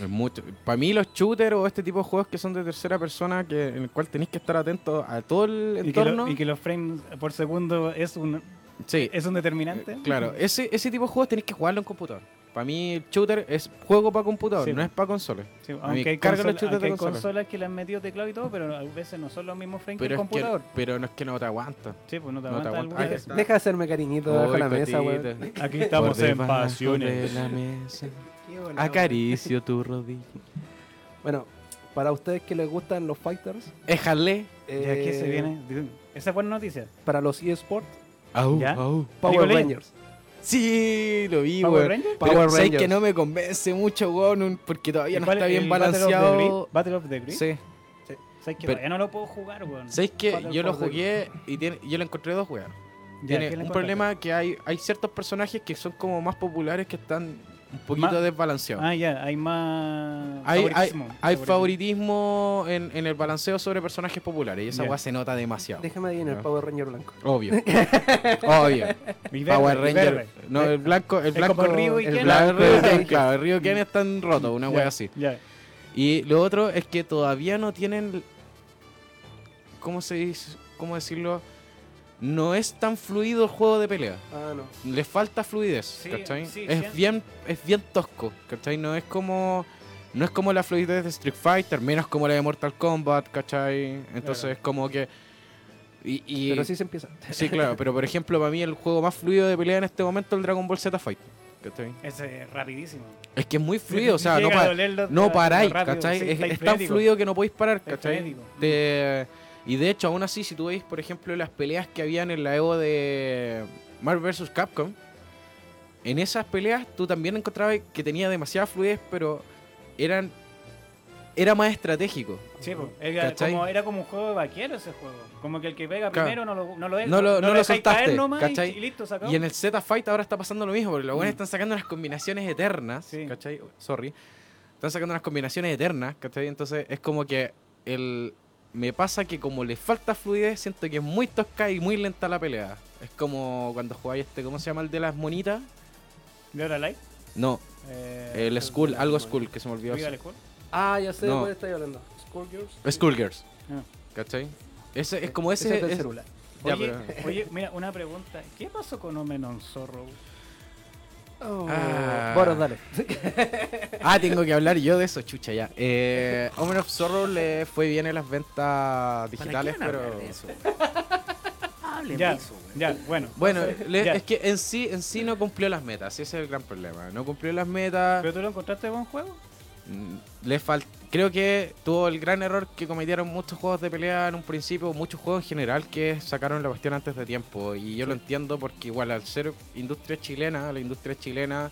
Es mucho. Para mí, los shooters o este tipo de juegos que son de tercera persona, que, en el cual tenéis que estar atentos a todo el Y que, entorno. lo- y que los frames por segundo es un, Sí, es un determinante. Eh, Claro, ese, ese tipo de juegos tenés que jugarlo en computador. Para mí, el shooter es juego para computador, Sí. no es para consoles. Sí, A mí aunque hay, cargan los consola- shooters de aunque hay consola. consolas que le han metido teclado y todo, pero a veces no son los mismos frames que el Pero, es que, computador. pero no es que no te aguanta. Sí, pues no te No te aguantan aguanta. algunas Ahí veces. está. Deja de hacerme cariñito debajo de la mesa, weón. Aquí estamos en pasiones. pasiones. Qué bueno. Acaricio tu rodilla. Bueno, para ustedes que les gustan los fighters, Éjale. ¿Y eh, aquí se viene? Esa es buena noticia. para los eSports, Au, ¿Ya? au. Power League. Rangers. Sí, lo vi, ¿Power weón. Rangers? Power Pero sé Rangers. que no me convence mucho, weón, porque ¿Y todavía no cuál está es bien el Battle of the balanceado. Grid? Battle of the Grid. Sí. ¿Sabes que Pero- todavía no lo puedo jugar, weón? ¿Sabes que Battle Yo lo for the jugué y tiene, yo le encontré dos weas. Ya, Tiene ¿qué le un encontraste? problema que hay, hay ciertos personajes que son como más populares que están un poquito Ma- desbalanceados. Ah, ya, hay más. Hay, hay- favoritismo. hay favoritismo en, en el balanceo sobre personajes populares y esa Ya. weá se nota demasiado. Déjame adivinar, Ya. Power Ranger blanco. Obvio. Obvio. Y verde, Power y Ranger. verde. Eh, No, el blanco. El Es como blanco. Ryu y el Ken. blanco- Claro. el Ryu y Ken, claro, el Ryu y Ken están rotos, una Ya, wea así. Ya. Y lo otro es que todavía no tienen. ¿Cómo se dice? ¿Cómo decirlo? No es tan fluido el juego de pelea. Ah, no. le falta fluidez, Sí, ¿cachai? sí, es siento- bien, es bien tosco, ¿cachai? No es como. No es como la fluidez de Street Fighter, menos como la de Mortal Kombat, ¿cachai? Entonces Claro. es como que. Y, y- Pero sí se empieza. sí, claro, pero por ejemplo, para mí el juego más fluido de pelea en este momento es el Dragon Ball Z Fight. ¿cachai? Ese es rapidísimo. Es que es muy fluido, o sea, no, Llega pa- a dolerlo no rápido, paráis, rápido, ¿cachai? sí, es, estáis es tan frenético. fluido que no podéis parar, Estáis ¿cachai? frenético. Te- y de hecho, aún así, si tú veis, por ejemplo, las peleas que habían en la Evo de Marvel vs. Capcom, en esas peleas tú también encontrabas que tenía demasiada fluidez, pero eran era más estratégico. Sí, pues, era, ¿Cachai? como, era como un juego de vaquero ese juego. Como que el que pega Claro. primero no lo, no lo deja. No lo- no lo dejáis soltaste, caer nomás y- ¿cachai? Y, listo, sacado. Y en el Z Fight ahora está pasando lo mismo, porque los buenos Mm. están sacando unas combinaciones eternas, Sí. ¿cachai? Sorry. Están sacando unas combinaciones eternas, ¿cachai? Entonces es como que el... Me pasa que como le falta fluidez, siento que es muy tosca y muy lenta la pelea. Es como cuando jugáis este, ¿cómo se llama? El de las monitas. ¿De ahora live? No, Eh, el Skull, algo Skull, que se me olvidó. Viva el Skull. Ah, ya sé No. de cuál estáis hablando. Skullgirls. Skullgirls. Ah. ¿Cachai? Ese es como ese... es del es- celular. ya, Oye, pero- oye, mira, una pregunta. ¿Qué pasó con Omenon Zorro? Ah. Boros, dale. Ah, tengo que hablar yo de eso, chucha, ya. Eh, Omen of Sorrow le fue bien en las ventas digitales, van a pero... hablar de eso? Hablen Ya, de eso, güey. ya, bueno. Eh, Bueno, le- Ya. es que en sí, en sí no cumplió las metas, ese es el gran problema. No cumplió las metas, ¿Pero tú lo encontraste buen juego? mm, le fal- Creo que tuvo el gran error que cometieron muchos juegos de pelea en un principio, muchos juegos en general que sacaron la cuestión antes de tiempo. Y yo lo entiendo porque igual al ser industria chilena, la industria chilena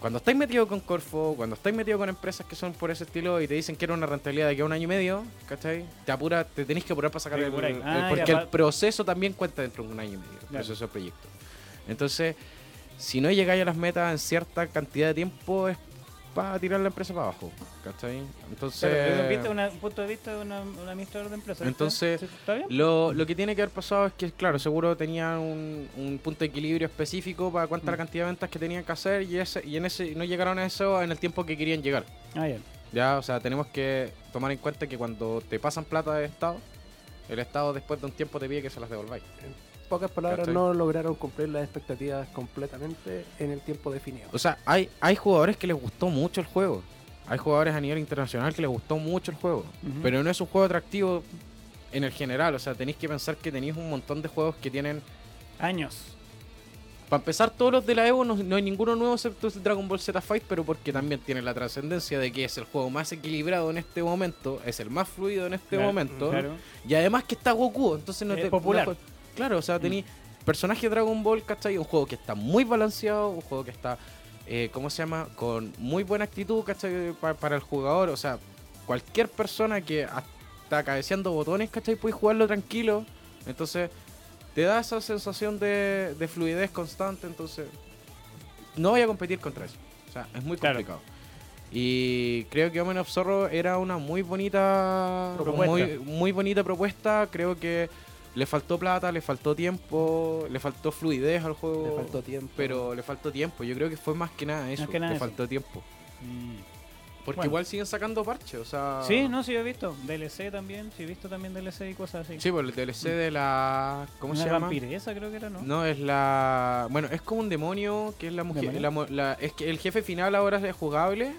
cuando estáis metido con Corfo, cuando estáis metido con empresas que son por ese estilo y te dicen que era una rentabilidad de que a un año y medio, ¿cachai? Te apura, te tenéis que apurar para sacar Te el, apuráis. el- Ah, ya, Porque el pa- proceso también cuenta dentro de un año y medio, el Claro. proceso del proyecto. Entonces, si no llegáis a las metas en cierta cantidad de tiempo, es para tirar la empresa para abajo, ¿cachai? Entonces. Pero desde un vista- una- un punto de vista de una- un administrador de empresa. ¿está- Entonces, ¿Está bien? Lo, lo que tiene que haber pasado es que, claro, seguro tenían un, un punto de equilibrio específico para cuánta Mm. la cantidad de ventas que tenían que hacer y, ese, y en ese no llegaron a eso en el tiempo que querían llegar. Ah, ya. Ya, o sea, tenemos que tomar en cuenta que cuando te pasan plata de Estado, el Estado después de un tiempo te pide que se las devolváis. En pocas palabras, ¿Cachai? no lograron cumplir las expectativas completamente en el tiempo definido. O sea, hay, hay jugadores que les gustó mucho el juego. Hay jugadores a nivel internacional que les gustó mucho el juego. Ujú. Pero no es un juego atractivo en el general. O sea, tenéis que pensar que tenéis un montón de juegos que tienen Años. Para empezar, todos los de la Evo no, no hay ninguno nuevo excepto ese Dragon Ball Z Fight, pero porque también tiene la trascendencia de que es el juego más equilibrado en este momento, es el más fluido en este Claro, momento, Claro. y además que está Goku, entonces no Es te. popular. Mm. no jue- claro, o sea, tení personaje de Dragon Ball, ¿cachai? Un juego que está muy balanceado, un juego que está, eh, ¿cómo se llama? Con muy buena actitud, ¿cachai? Pa- para el jugador, o sea, cualquier persona que está cabeceando botones, ¿cachai? Puedes jugarlo tranquilo, entonces te da esa sensación de, de fluidez constante, entonces no voy a competir contra eso. O sea, es muy Claro. complicado. Y creo que Omen of Zorro era una muy bonita Propuesta. Muy, muy bonita propuesta. Creo que le faltó plata, le faltó tiempo, le faltó fluidez al juego. Le faltó tiempo. Pero le faltó tiempo. Yo creo que fue más que nada eso. que nada le eso. faltó tiempo. Mm. Porque Bueno. igual siguen sacando parches. O sea. Sí, no, sí, yo he visto. DLC también. Sí, he visto también DLC y cosas así. Sí, por el DLC de la. ¿Cómo Mm. Una se llama? vampiresa creo que era, ¿no? No, es la. Bueno, es como un demonio que es la mujer. ¿Demonio? la mo- la- es que el jefe final ahora es jugable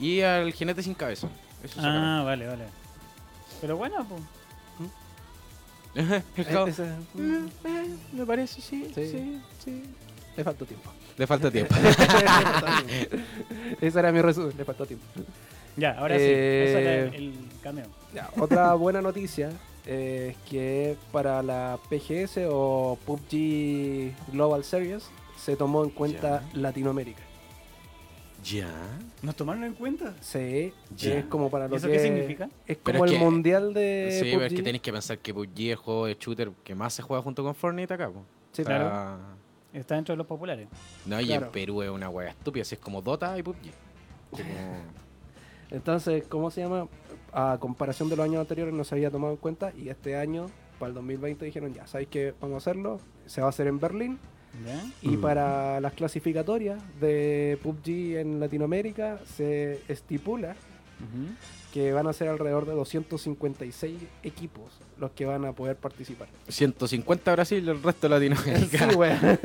y al jinete sin cabeza. Eso ah, vale, vale. Pero bueno, pues. sacaron. El cabo- Eh, ese- Mm, eh, me parece, sí, Sí. sí. le faltó tiempo. Le falta tiempo. Ese era mi resumen, le faltó tiempo. Ya, ahora Eh, sí. Esa era el cameo. Ya, otra buena noticia eh, es que para la PGS o PUBG Global Series se tomó en cuenta Latinoamérica. ya. ¿Nos tomaron en cuenta? Sí, Ya. es como para ¿Y lo eso que qué significa? Es Pero como es el que- mundial de Sí, pero es PUBG. que tenéis que pensar que PUBG es el juego de shooter que más se juega junto con Fortnite acá, po. Sí, O sea, claro. Está dentro de los populares. No, y Claro. en Perú es una wea estúpida, así es como Dota y PUBG. Como- Entonces, ¿cómo se llama? A comparación de los años anteriores no se había tomado en cuenta y este año, para el 2020, dijeron ya, ¿sabéis que vamos a hacerlo? Se va a hacer en Berlín ¿Ya? Y para las clasificatorias de PUBG en Latinoamérica se estipula que van a ser alrededor de 256 equipos los que van a poder participar. 150 Brasil y el resto de Sí, Latinoamérica. weón.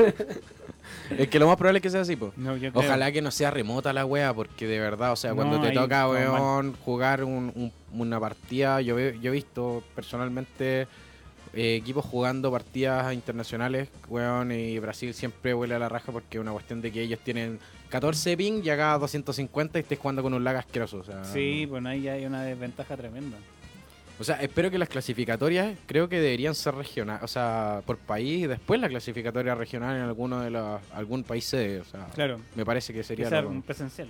es que lo más probable es que sea así, po. No, yo creo. Ojalá que no sea remota la wea, porque de verdad, o sea, No, cuando te ahí toca, todo mal. weón, jugar un- un- una partida, yo, ve- yo he visto personalmente eh, equipos jugando partidas internacionales, weón, y Brasil siempre huele a la raja porque es una cuestión de que ellos tienen 14 ping y acá 250 y estés jugando con un lag asqueroso. O sea, Sí, bueno, ahí ya hay una desventaja tremenda. o sea, espero que las clasificatorias creo que deberían ser regionales, o sea, por país y después la clasificatoria regional en alguno de los, algún país sede, o sea, Claro, me parece que sería que lo- un presencial.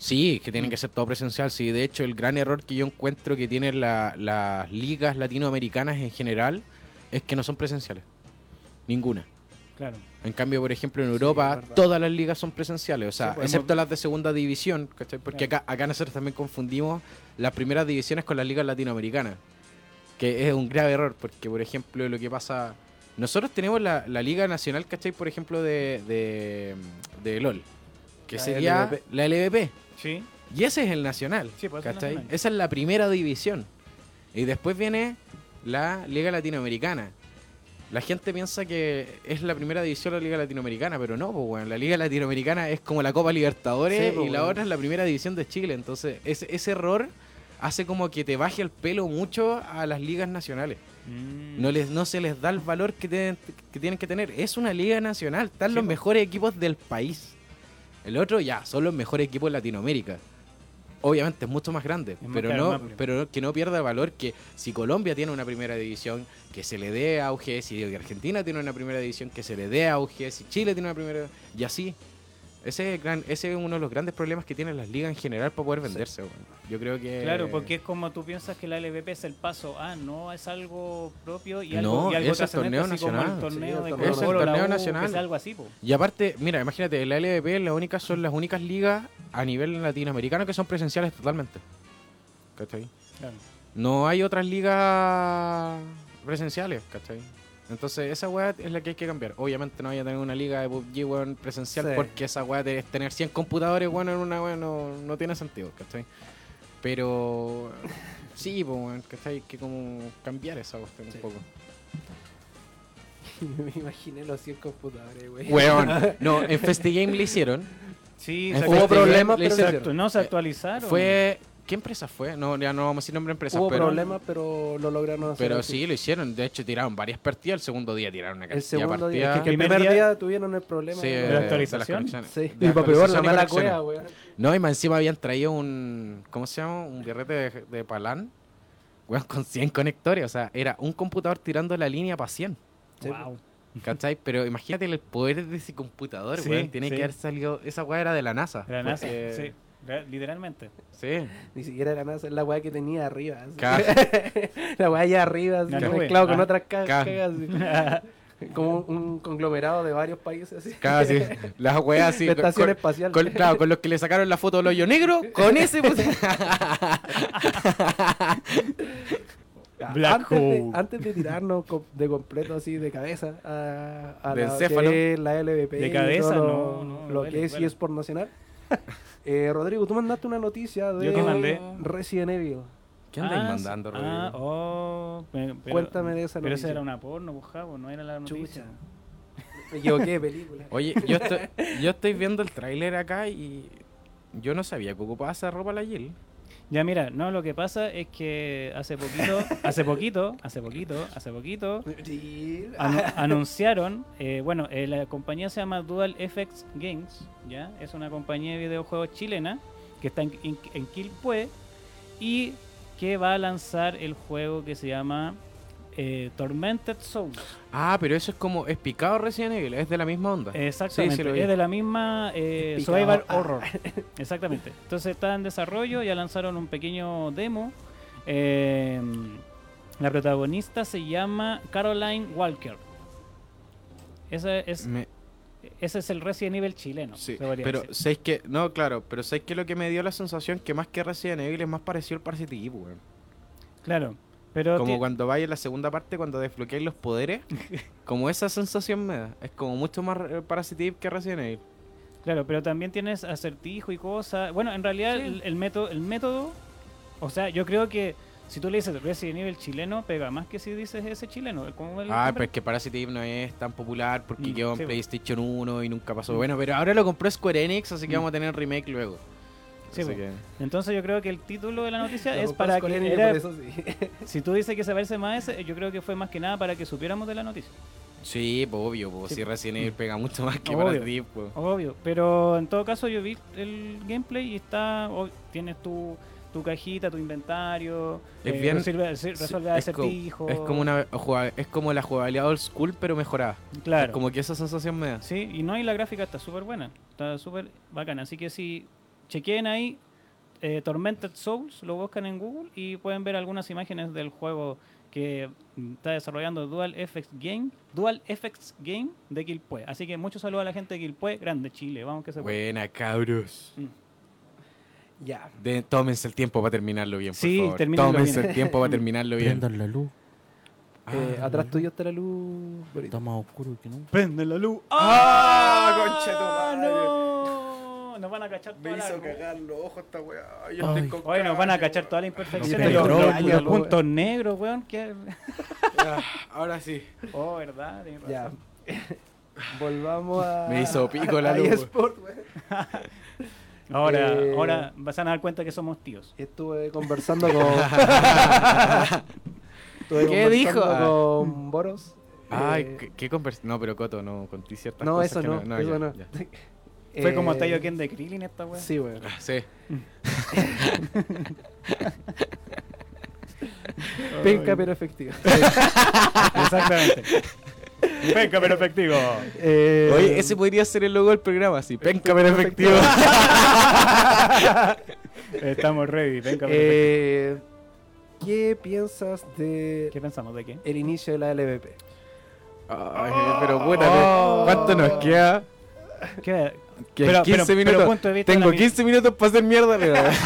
Sí, que tienen que ser todo presencial. Sí, de hecho, el gran error que yo encuentro que tienen la- las ligas latinoamericanas en general es que no son presenciales. Ninguna. Claro. En cambio, por ejemplo, en Sí, es Europa verdad. todas las ligas son presenciales, o sea, Sí, pues, excepto hemos- las de segunda división, ¿cachai? Porque Claro. acá, acá nosotros también confundimos las primeras divisiones con las ligas latinoamericanas, que es un grave error, porque por ejemplo lo que pasa... Nosotros tenemos la, la Liga Nacional, ¿cachai? Por ejemplo, de, de, de LOL, que La sería LVP. la LVP. Sí. Y ese es el nacional. Sí, pues, ese es el ¿cachai? nacional. Esa es la primera división. Y después viene la Liga Latinoamericana. La gente piensa que es la primera división de la Liga Latinoamericana, pero no, pues, weón. La Liga Latinoamericana es como la Copa Sí, Libertadores pues, y la weón. otra es la primera división de Chile. Entonces, ese, ese error hace como que te baje el pelo mucho a las ligas nacionales. Mm. No, les, no se les da el valor que tienen que, tienen que tener. Es una liga nacional. Están Sí, los po. mejores equipos del país. El otro ya, son los mejores equipos de Latinoamérica. Obviamente es mucho más grande, más pero claro, no, más amplio. pero que no pierda valor que si Colombia tiene una primera división, que se le dé auge, si Argentina tiene una primera división, que se le dé auge, si Chile tiene una primera y así. Ese es, el gran, ese es uno de los grandes problemas que tienen las ligas en general para poder venderse. weón. Yo creo que... Claro, porque es como tú piensas que la LVP es el paso Ah, no, es algo propio y algo, No, y algo es el trascendente, torneo así como nacional. el torneo Sí, de el Colo torneo Colo, la nacional. U, que es algo así, po. Y aparte, mira, imagínate, la LVP la única son las únicas ligas a nivel latinoamericano que son presenciales totalmente. ¿Cachai? Claro. No hay otras ligas presenciales, ¿cachai? Entonces, esa weá es la que hay que cambiar. Obviamente no vaya a tener una liga de PUBG, weón, presencial, Sí. porque esa weá de tener 100 computadores, weón, en una weá no, no tiene sentido, ¿cachai? Pero... Sí, pues, weón, ¿cachai? Hay que como cambiar esa cuestión Sí. un poco. Me imaginé los 100 computadores, güey. Weón, no, en FestiGame le hicieron... Sí, En se Hubo Festival problemas, le pero se hicieron- hicieron. No se actualizaron. Fue. ¿Qué empresa fue? No, ya no vamos a decir nombre de empresa, Hubo pero. problemas, pero lo lograron hacer. Pero así. sí, lo hicieron. De hecho, tiraron varias partidas. El segundo día tiraron una El cantidad segundo de día, es partidas. que el primer día, tuvieron el problema. Sí, ¿no? eh, la actualización. de las conexiones. Sí. De y las para peor, la conexiones y mala conexiones. cueva, güey. No, y más encima habían traído un. ¿Cómo se llama? Un birrete de, de Palán. Weón, con 100 conectores. O sea, era un computador tirando la línea para 100. Sí, Wow. ¿Cachai? Pero imagínate el poder de ese computador, Sí, weón. Tiene sí. que haber salido. Esa weá era de la NASA. La NASA, eh, porque- sí. Re- Literalmente. Sí. Ni siquiera era nada, es la weá que tenía arriba. así. Ca- la weá allá arriba, así, La nube. mezclado con Ah. otras ca- Ca- cagas. así. Como un conglomerado de varios países. Así. Casi. Las weas así. La con- estación con- espacial. Con- claro, con los que le sacaron la foto del hoyo negro, con ese pues- Black antes, Hole. de, antes de tirarnos co- de completo así de cabeza a, a De la, encéfalo. que es la LVP De y cabeza, todo lo, no, no, lo duele, que es duele. eSport Nacional. Eh, Rodrigo, tú mandaste una noticia de Yo que mandé. Resident Evil. ¿Qué andáis Ah, mandando, sí. Rodrigo? Ah, oh, pe- pero- Cuéntame de esa Pero noticia. esa era una porno, pues, Javo, no era la noticia. Chucha. Me equivoqué de película. Oye, yo estoy, yo estoy viendo el tráiler acá y yo no sabía que ocupaba esa ropa la Jill. Ya mira, no, lo que pasa es que hace poquito, hace poquito, hace poquito, hace poquito, Sí. anu- anunciaron, eh, bueno, eh, la compañía se llama Dual FX Games, ¿ya? Es una compañía de videojuegos chilena que está en, en, en Quilpué y que va a lanzar el juego que se llama eh, Tormented Souls. Ah, pero eso es como, es picado recién Evil, es de la misma onda. Exactamente, Sí, sí lo vi. es de la misma eh, Picado. Survival Ah. Horror. Exactamente. Entonces está en desarrollo, ya lanzaron un pequeño demo. Eh, la protagonista se llama Caroline Walker. Ese es, Me- ese es el Resident Evil chileno. Mm. sí, se podría pero decir. sabéis que, no, claro, pero sabéis que lo que me dio la sensación que más que Resident Evil es más parecido al Parasite Eve, weón. Claro. Pero Como ti- cuando vais en la segunda parte, cuando desbloqueáis los poderes, como esa sensación me da. Es como mucho más eh, Parasite Eve que Resident Evil. Claro, pero también tienes acertijo y cosas. Bueno, en realidad el, el método, el método, o sea, yo creo que si tú le dices Resident Evil chileno, pega más que si dices ese chileno. ¿Cómo el- Ah, cómo pero el- es que Parasite Eve no es tan popular porque Mm, quedó en sí, po. PlayStation 1 y nunca pasó. Mm. Bueno, pero ahora lo compró Square Enix, así que Mm. vamos a tener remake luego. Sí, Así po. que- Entonces yo creo que el título de la noticia Lo es compró para Scorpion y que... era- por eso sí. si tú dices que se parece más a ese, yo creo que fue más que nada para que supiéramos de la noticia. Sí, po, obvio, po. Sí, si Resident Evil pega mucho más que Obvio. Parasite Eve, po. Obvio. Pero en todo caso yo vi el gameplay y está... ob- tienes tu, tu cajita, tu inventario. eh, Es bien- resuelve acer- Sí, resuelve es, co- acertijos. es como una juega- es como la jugabilidad old school pero mejorada. Claro. Como que esa sensación me da. Sí, y no hay la gráfica, está súper buena, está súper bacana. Así que si chequeen ahí eh, Tormented Souls, lo buscan en Google y pueden ver algunas imágenes del juego que mm, está desarrollando Dual FX Game, Dual FX Game de Quilpue. Así que muchos saludos a la gente de Quilpue, grande Chile, vamos que se puede. Buena, cabros. Ya. De- tómense el tiempo para terminarlo bien, por Sí, favor. termínenlo tómense bien. el tiempo para terminarlo bien. Prendan la luz. Eh, Ah, atrás tuyo está la luz. Está más oscuro que nunca. Prende la luz. ¡Ah, ¡Ah, conchetumadre! no! Nos van a cachar toda la... los ojos esta weá. estoy Ay. con Oye, nos van a cachar toda la imperfección Nos los, perdonó, los- los weón. puntos negros, weón. que- Ah, ahora sí. Oh, ¿verdad? Tienes razón. Ya. Volvamos a. Me hizo pico la a luz, weón. eSport, weón. Ahora, Eh, ahora vas a dar cuenta que somos tíos. Estuve conversando con. Estuve ¿Qué dijo? conversando Ah. Con Boros. Ay, Eh, qué, qué convers- No, pero Coto, no, conté ciertas No, cosas eso que no, eso ya, no. ya. Fue como Eh, Tayo Ken de Krillin esta weá. Sí, weón. Ah, Sí. Penca pero efectiva. Exactamente. Venga, pero efectivo. Eh, Oye, ese podría ser el logo del programa, sí. Penca, pero efectivo. Estamos ready. Venga, pero efectivo. eh, ¿Qué piensas Eh, de ¿Qué pensamos de qué? el inicio de la LVP? Ay, pero puta, Oh. ¿qué- ¿cuánto Oh. nos queda? ¿Qué? Que Pero- 15 pero- pero minutos. punto de vista Tengo de la mi- 15 minutos para hacer mierda. pero- No, pero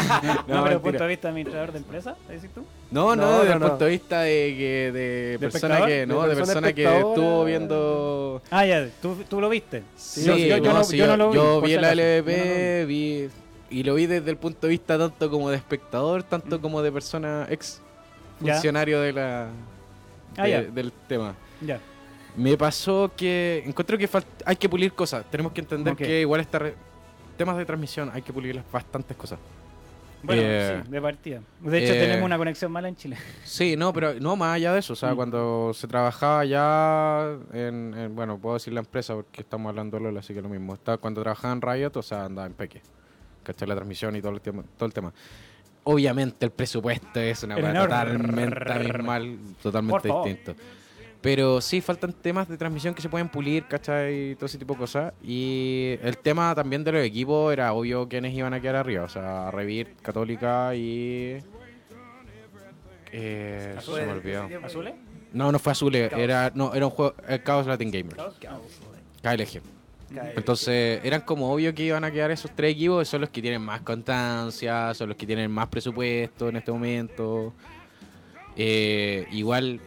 mentira. punto de vista de administrador de empresa, decís tú. No, no, No, desde no, el no. punto de vista de que de persona espectador? que no, De de persona persona que espectadora. estuvo viendo Ah, ya, tú, tú lo viste. Sí, Yo- yo- yo no, no- sí, yo no yo- lo vi, yo por vi si la acaso. Yo no LVP, vi y lo vi desde el punto de vista tanto como de espectador, tanto Mm. como de persona ex Ya. funcionario de la Ah, de- ya. del tema. Ya. Me pasó que encuentro que falt- hay que pulir cosas, tenemos que entender Ok. que igual está re- temas de transmisión hay que pulir las- bastantes cosas. Bueno, Eh, sí, de partida. De hecho, eh, tenemos una conexión mala en Chile. Sí, no, pero no más allá de eso. O sea, Mm. cuando se trabajaba ya en, en- Bueno, puedo decir la empresa porque estamos hablando de LOL, así que lo mismo. Está, cuando trabajaba en Riot, o sea, andaba en Peque. ¿Cachai? La transmisión y todo el, tema, todo el tema. Obviamente, el presupuesto es una Era cosa enorme. totalmente abismal, Por totalmente favor. distinto. Pero sí, faltan temas de transmisión que se pueden pulir, ¿cachai? Y todo ese tipo de cosas. Y el tema también de los equipos era obvio quiénes iban a quedar arriba. O sea, Revir, Católica y. Eh, se me olvidó. ¿Azules? No, no fue azul, Caos. era, no, era un juego. eh, Chaos Latin Gamers. KLG. Entonces, eran como obvio que iban a quedar esos tres equipos, son los que tienen más constancia, son los que tienen más presupuesto en este momento. Eh, igual,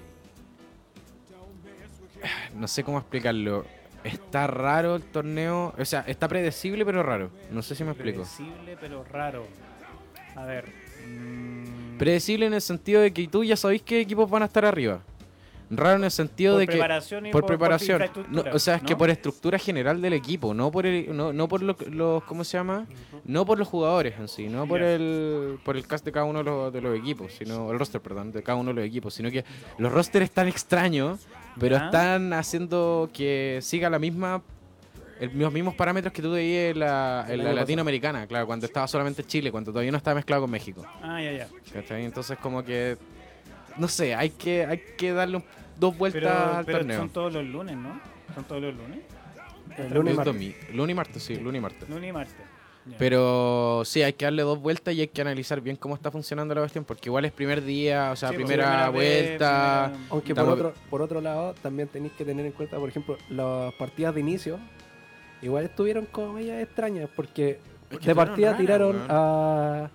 no sé cómo explicarlo. Está raro el torneo, o sea, está predecible pero raro. No sé si me explico. Predecible, pero raro. A ver. mm, Predecible en el sentido de que tú ya sabés qué equipos van a estar arriba. Raro en el sentido por de que... preparación y por preparación. No, infraestructura, o sea, es que ¿no? por estructura general del equipo, no por el, no, no por lo- los ¿cómo se llama? No por los jugadores en sí, no por Ya. el por el cast de cada uno de los, de los equipos, sino el roster, perdón, de cada uno de los equipos, sino que los rosters están extraños, pero Ya. están haciendo que siga la misma el- los mismos parámetros que tú veías en la, en El año la pasado. latinoamericana, claro, cuando estaba solamente Chile, cuando todavía no estaba mezclado con México. Ah, ya, ya. ¿cachai? Entonces como que no sé, hay que hay que darle un- dos vueltas Pero, al pero torneo. son todos los lunes, ¿no? Son todos los lunes. El lunes y Es martes. domi- lunes y martes, sí, lunes y martes. Lunes y martes. Ya. Pero sí, hay que darle dos vueltas y hay que analizar bien cómo está funcionando la cuestión, porque igual es primer día, o sea, Sí, pues, primera, vez, vuelta. primera- Aunque por Estamos- otro, por otro lado, también tenéis que tener en cuenta, por ejemplo, las partidas de inicio. Igual estuvieron como medias extrañas porque Es que de estuvieron partida raras, tiraron weón. a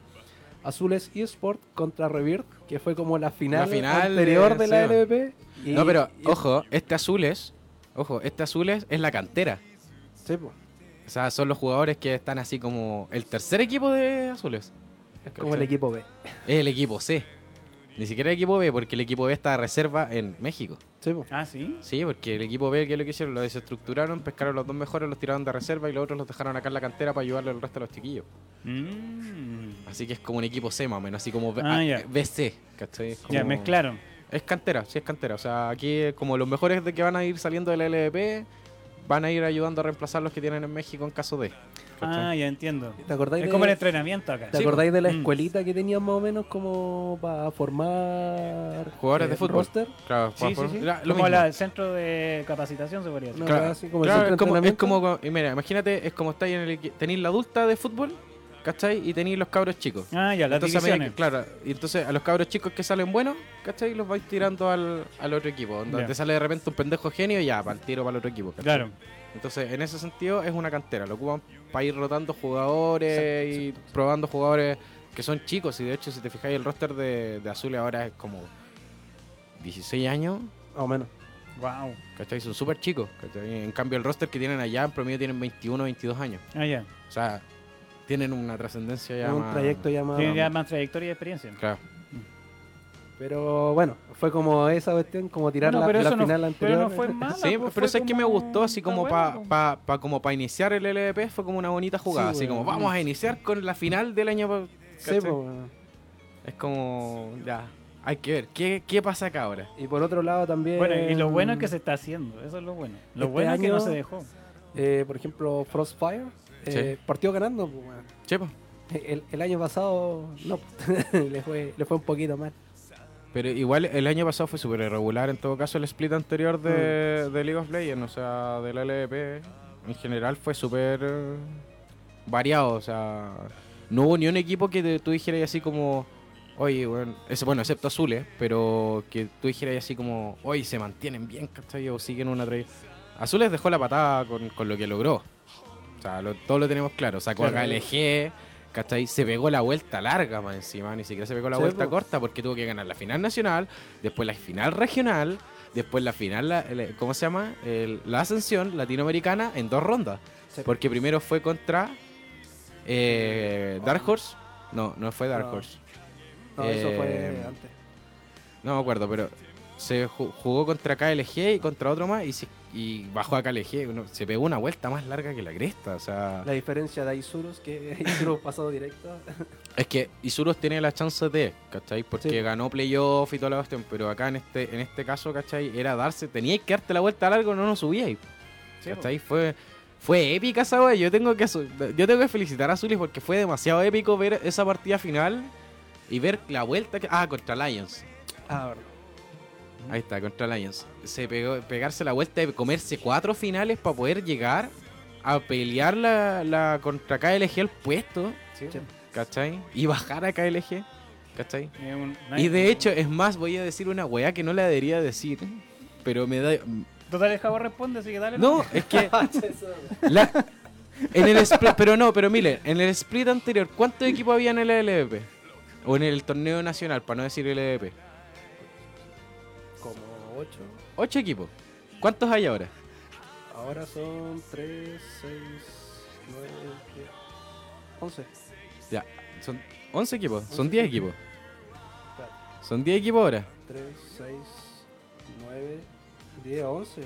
Azules eSport contra Revirt, que fue como la final, final, anterior de eh, la sí. LVP. y- no, pero y- ojo, este azules, ojo, este azules es la cantera. sí, po, O sea, son los jugadores que están así como el tercer equipo de azules. es como el equipo B. Es el equipo C. Ni siquiera el equipo B, porque el equipo B está de reserva en México. Sí, po. Ah, sí. Sí, porque el equipo B, ¿qué es lo que hicieron? Lo desestructuraron, pescaron los dos mejores, los tiraron de reserva y los otros los dejaron acá en la cantera para ayudarle al resto de los chiquillos. Mm. Así que es como un equipo C más o menos, así como B- Ah, ah, ya. BC, ¿cachai? Es Ya, como- mezclaron. Es cantera, sí es cantera. O sea, aquí eh, como los mejores de que van a ir saliendo del LDP van a ir ayudando a reemplazar los que tienen en México en caso de. Ah, ¿cachai? ya entiendo. ¿Te acordáis, Es de, como el entrenamiento acá. ¿te Sí, acordáis de la Mm. escuelita que tenían más o menos como para formar Jugadores de el fútbol. roster? Claro, Sí, sí, por- sí. la- lo Como mismo. la- el centro de capacitación se podría decir. No, Claro, así como el Claro, centro es de como, es entrenamiento. como, y mira, imagínate, es como estáis en el equi- tenéis la adulta de fútbol, ¿cachai? Y tenéis los cabros chicos. Ah, ya, las entonces, a medida divisiones. que- claro, y entonces a los cabros chicos que salen buenos, ¿cachai? Los vais tirando al, al otro equipo. Donde Ya. te sale de repente un pendejo genio y ya, para el tiro para el otro equipo. ¿cachai? Claro. Entonces, en ese sentido, es una cantera. Lo ocupan para ir rotando jugadores y probando jugadores que son chicos. Y de hecho, si te fijáis, el roster de, de Azul ahora es como 16 años. Más o menos. Wow. ¿Cachai? Son súper chicos. ¿cachai? En cambio, el roster que tienen allá, en promedio, tienen 21, 22 años. Ah, ya. O sea, tienen una trascendencia ya. Es un más- trayecto llamado. Tiene ya más trayectoria y experiencia. Claro. Pero bueno, fue como esa cuestión, como tirar Bueno, la, pero la eso no- final anterior. Pero no fue mala. Sí, pues, pero fue eso es que me como- gustó así como está para buena, pa, pa- como para iniciar el LLP fue como una bonita jugada, Sí, así como weón. vamos a iniciar con la final del año pa- Sí, ¿cachai? po, weón. Es como ya, hay que ver qué, qué pasa acá ahora. Y por otro lado también. Bueno, y eh, lo bueno es que se está haciendo, eso es lo bueno. Lo Este bueno es que no año- se dejó. eh, por ejemplo, Frostfire eh, partió ganando. po, weón. Chepo. El, el año pasado, no, le, fue, le fue un poquito mal. Pero igual el año pasado fue súper irregular en todo caso el split anterior de, de League of Legends, o sea, del LLP en general fue súper eh, variado, o sea, no hubo ni un equipo que te- tú dijeras así como, oye, bueno, es, bueno excepto Azules, pero que tú dijeras así como, oye, se mantienen bien, ¿cachai? O siguen una trayectoria. Azules dejó la patada con, con lo que logró, o sea, lo- todo lo tenemos claro, sacó Claro. a KLG. ¿Cachai? Se pegó la vuelta larga más encima, ni siquiera se pegó la Sí, vuelta po. corta porque tuvo que ganar la final nacional, después la final regional, después la final, la- el- eh, ¿cómo se llama? El- la ascensión latinoamericana en dos rondas. Sí. Porque primero fue contra eh, Dark Horse. No, no fue Dark No. Horse. No, eso fue Eh, antes. No me acuerdo, pero se ju- jugó contra KLG y contra otro más y, se- y bajó a KLG. Uno- se pegó una vuelta más larga que la cresta. O sea, La diferencia de Isurus, que Isurus pasado directo. Es que Isurus tiene la chance de, ¿cachai? Porque Sí. ganó playoff y toda la cuestión, pero acá en este, en este caso, ¿cachai? Era darse, teníais que darte la vuelta largo, no nos subíais. ¿Cachai? Fue, fue épica esa wea. Yo tengo que su- yo tengo que felicitar a Zulis porque fue demasiado épico ver esa partida final y ver la vuelta que. Ah, contra Lions. Ah, bueno. Ahí está, contra Lions. Se pegó, pegarse la vuelta y comerse cuatro finales para poder llegar a pelear la, la contra KLG el puesto. Sí. ¿Cachai? Y bajar a KLG. ¿Cachai? Es un- Y de hecho, es más, voy a decir una weá que no la debería decir, pero me da... Total, el Jabo responde, así que dale. No, nomás. es que... la- En el split, pero no, pero miren, en el split anterior, ¿cuántos equipos había en el LVP? O en el torneo nacional, para no decir LVP. Como 8. Ocho equipos. ¿Cuántos hay ahora? Ahora son 3, 6, 9, 10, 11. Ya, son 11 equipos, son Once 10 equipos. equipos. Son 10 equipos ahora. 3, 6, 9, 10, 11.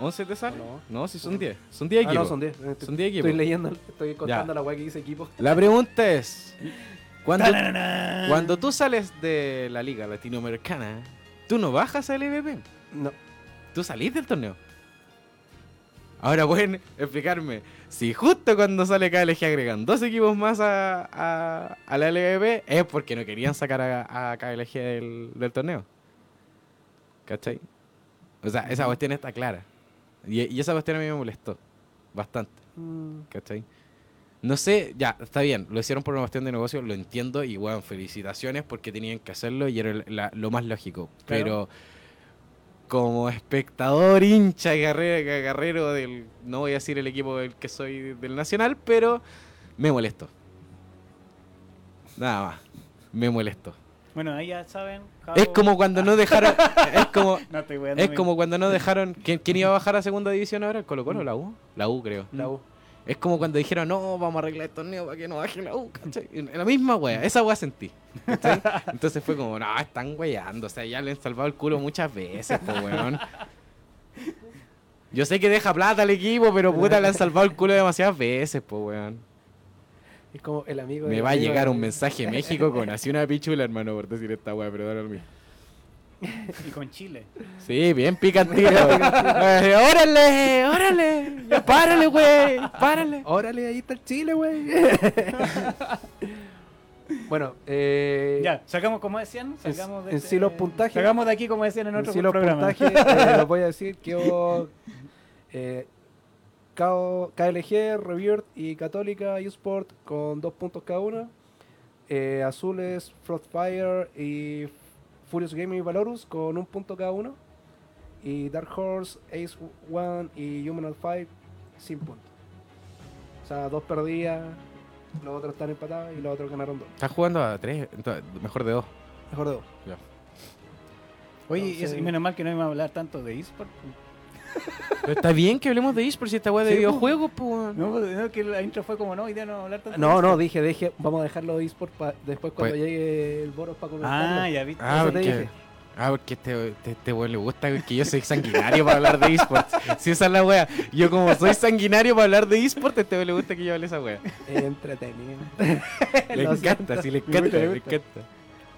¿11 te salen? No. No, si son 10. Son 10 Ah, no, equipos. son 10. Son 10 equipos. Estoy leyendo, estoy contando la weá que dice equipo. La pregunta es, ¿cuándo, Tararara. Cuando tú sales de la liga latinoamericana, tú no bajas al IBP. No. Tú salís del torneo. Ahora pueden explicarme si justo cuando sale KLG agregan dos equipos más a, a, a la LVP es porque no querían sacar a, a KLG del, del torneo. ¿Cachai? O sea, esa cuestión está clara. Y, y esa cuestión a mí me molestó bastante. Mm, ¿Cachai? No sé, ya, está bien, lo hicieron por una cuestión de negocio, lo entiendo y, weón, felicitaciones porque tenían que hacerlo y era el- la- lo más lógico. Pero Claro. como espectador, hincha, guerrero, guerrero del, no voy a decir el equipo del que soy del Nacional, pero me molestó. Nada más, me molestó. Bueno, ahí ya saben. Es Jabo- como cuando no dejaron, es como, No estoy weando, es amigo. como cuando no dejaron, ¿quién, quién iba a bajar a segunda división ahora? ¿El Colo Colo o la U? La U, creo. la U. Es como cuando dijeron, no, vamos a arreglar el torneo para que no baje la U, ¿cachai? En- en La misma wea, esa wea sentí. ¿cachai? Entonces fue como, no, están weando, o sea, ya le han salvado el culo muchas veces, po, weón. Yo sé que deja plata al equipo, pero puta, le han salvado el culo demasiadas veces, po, weón. Es como el amigo Me del va a amigo llegar del un amigo. mensaje de México con así una pichula, hermano, por decir esta wea, pero dale lo mismo. Y con Chile. Sí, bien picantito. Eh, órale, órale, ya párale, güey, párale. Órale, ahí está el Chile, güey. bueno, eh, Ya, sacamos, como decían, en- sacamos de en este- sí los puntajes. Sacamos de aquí, como decían en en otro sí los programa. puntajes, eh, los voy a decir que hubo, eh, KO KLG, Revirt y Católica eSport con dos puntos cada una. Eh, Azules, Frostfire y Furious Gaming y Valorus con un punto cada uno. Y Dark Horse, Ace One y Human 5 sin puntos. O sea, dos perdidas, los otros están empatados y los otros ganaron dos. Estás jugando a tres, entonces, mejor de dos. Mejor de dos. Oye, y Entonces- eso- y menos mal que no íbamos a hablar tanto de eSport. Pero está bien que hablemos de eSports y esta weá de Sí, po. videojuegos, pues. No, pues, no, que la intro fue como no, hoy día no vamos a hablar tanto. No, de no, esto". dije, dije, vamos a dejarlo de eSport pa- después cuando Pues- llegue el Boros para comentarlo. Ah, ya viste. Ah, Eso te porque, dije. ah, porque este, este, este weón le gusta que yo soy sanguinario para hablar de esports. Si esa es la wea. Yo como soy sanguinario para hablar de esports, a este weón le gusta que yo hable esa wea. Eh, Entretenido. Le Lo encanta, sí, le gusta, encanta, me le gusta. encanta.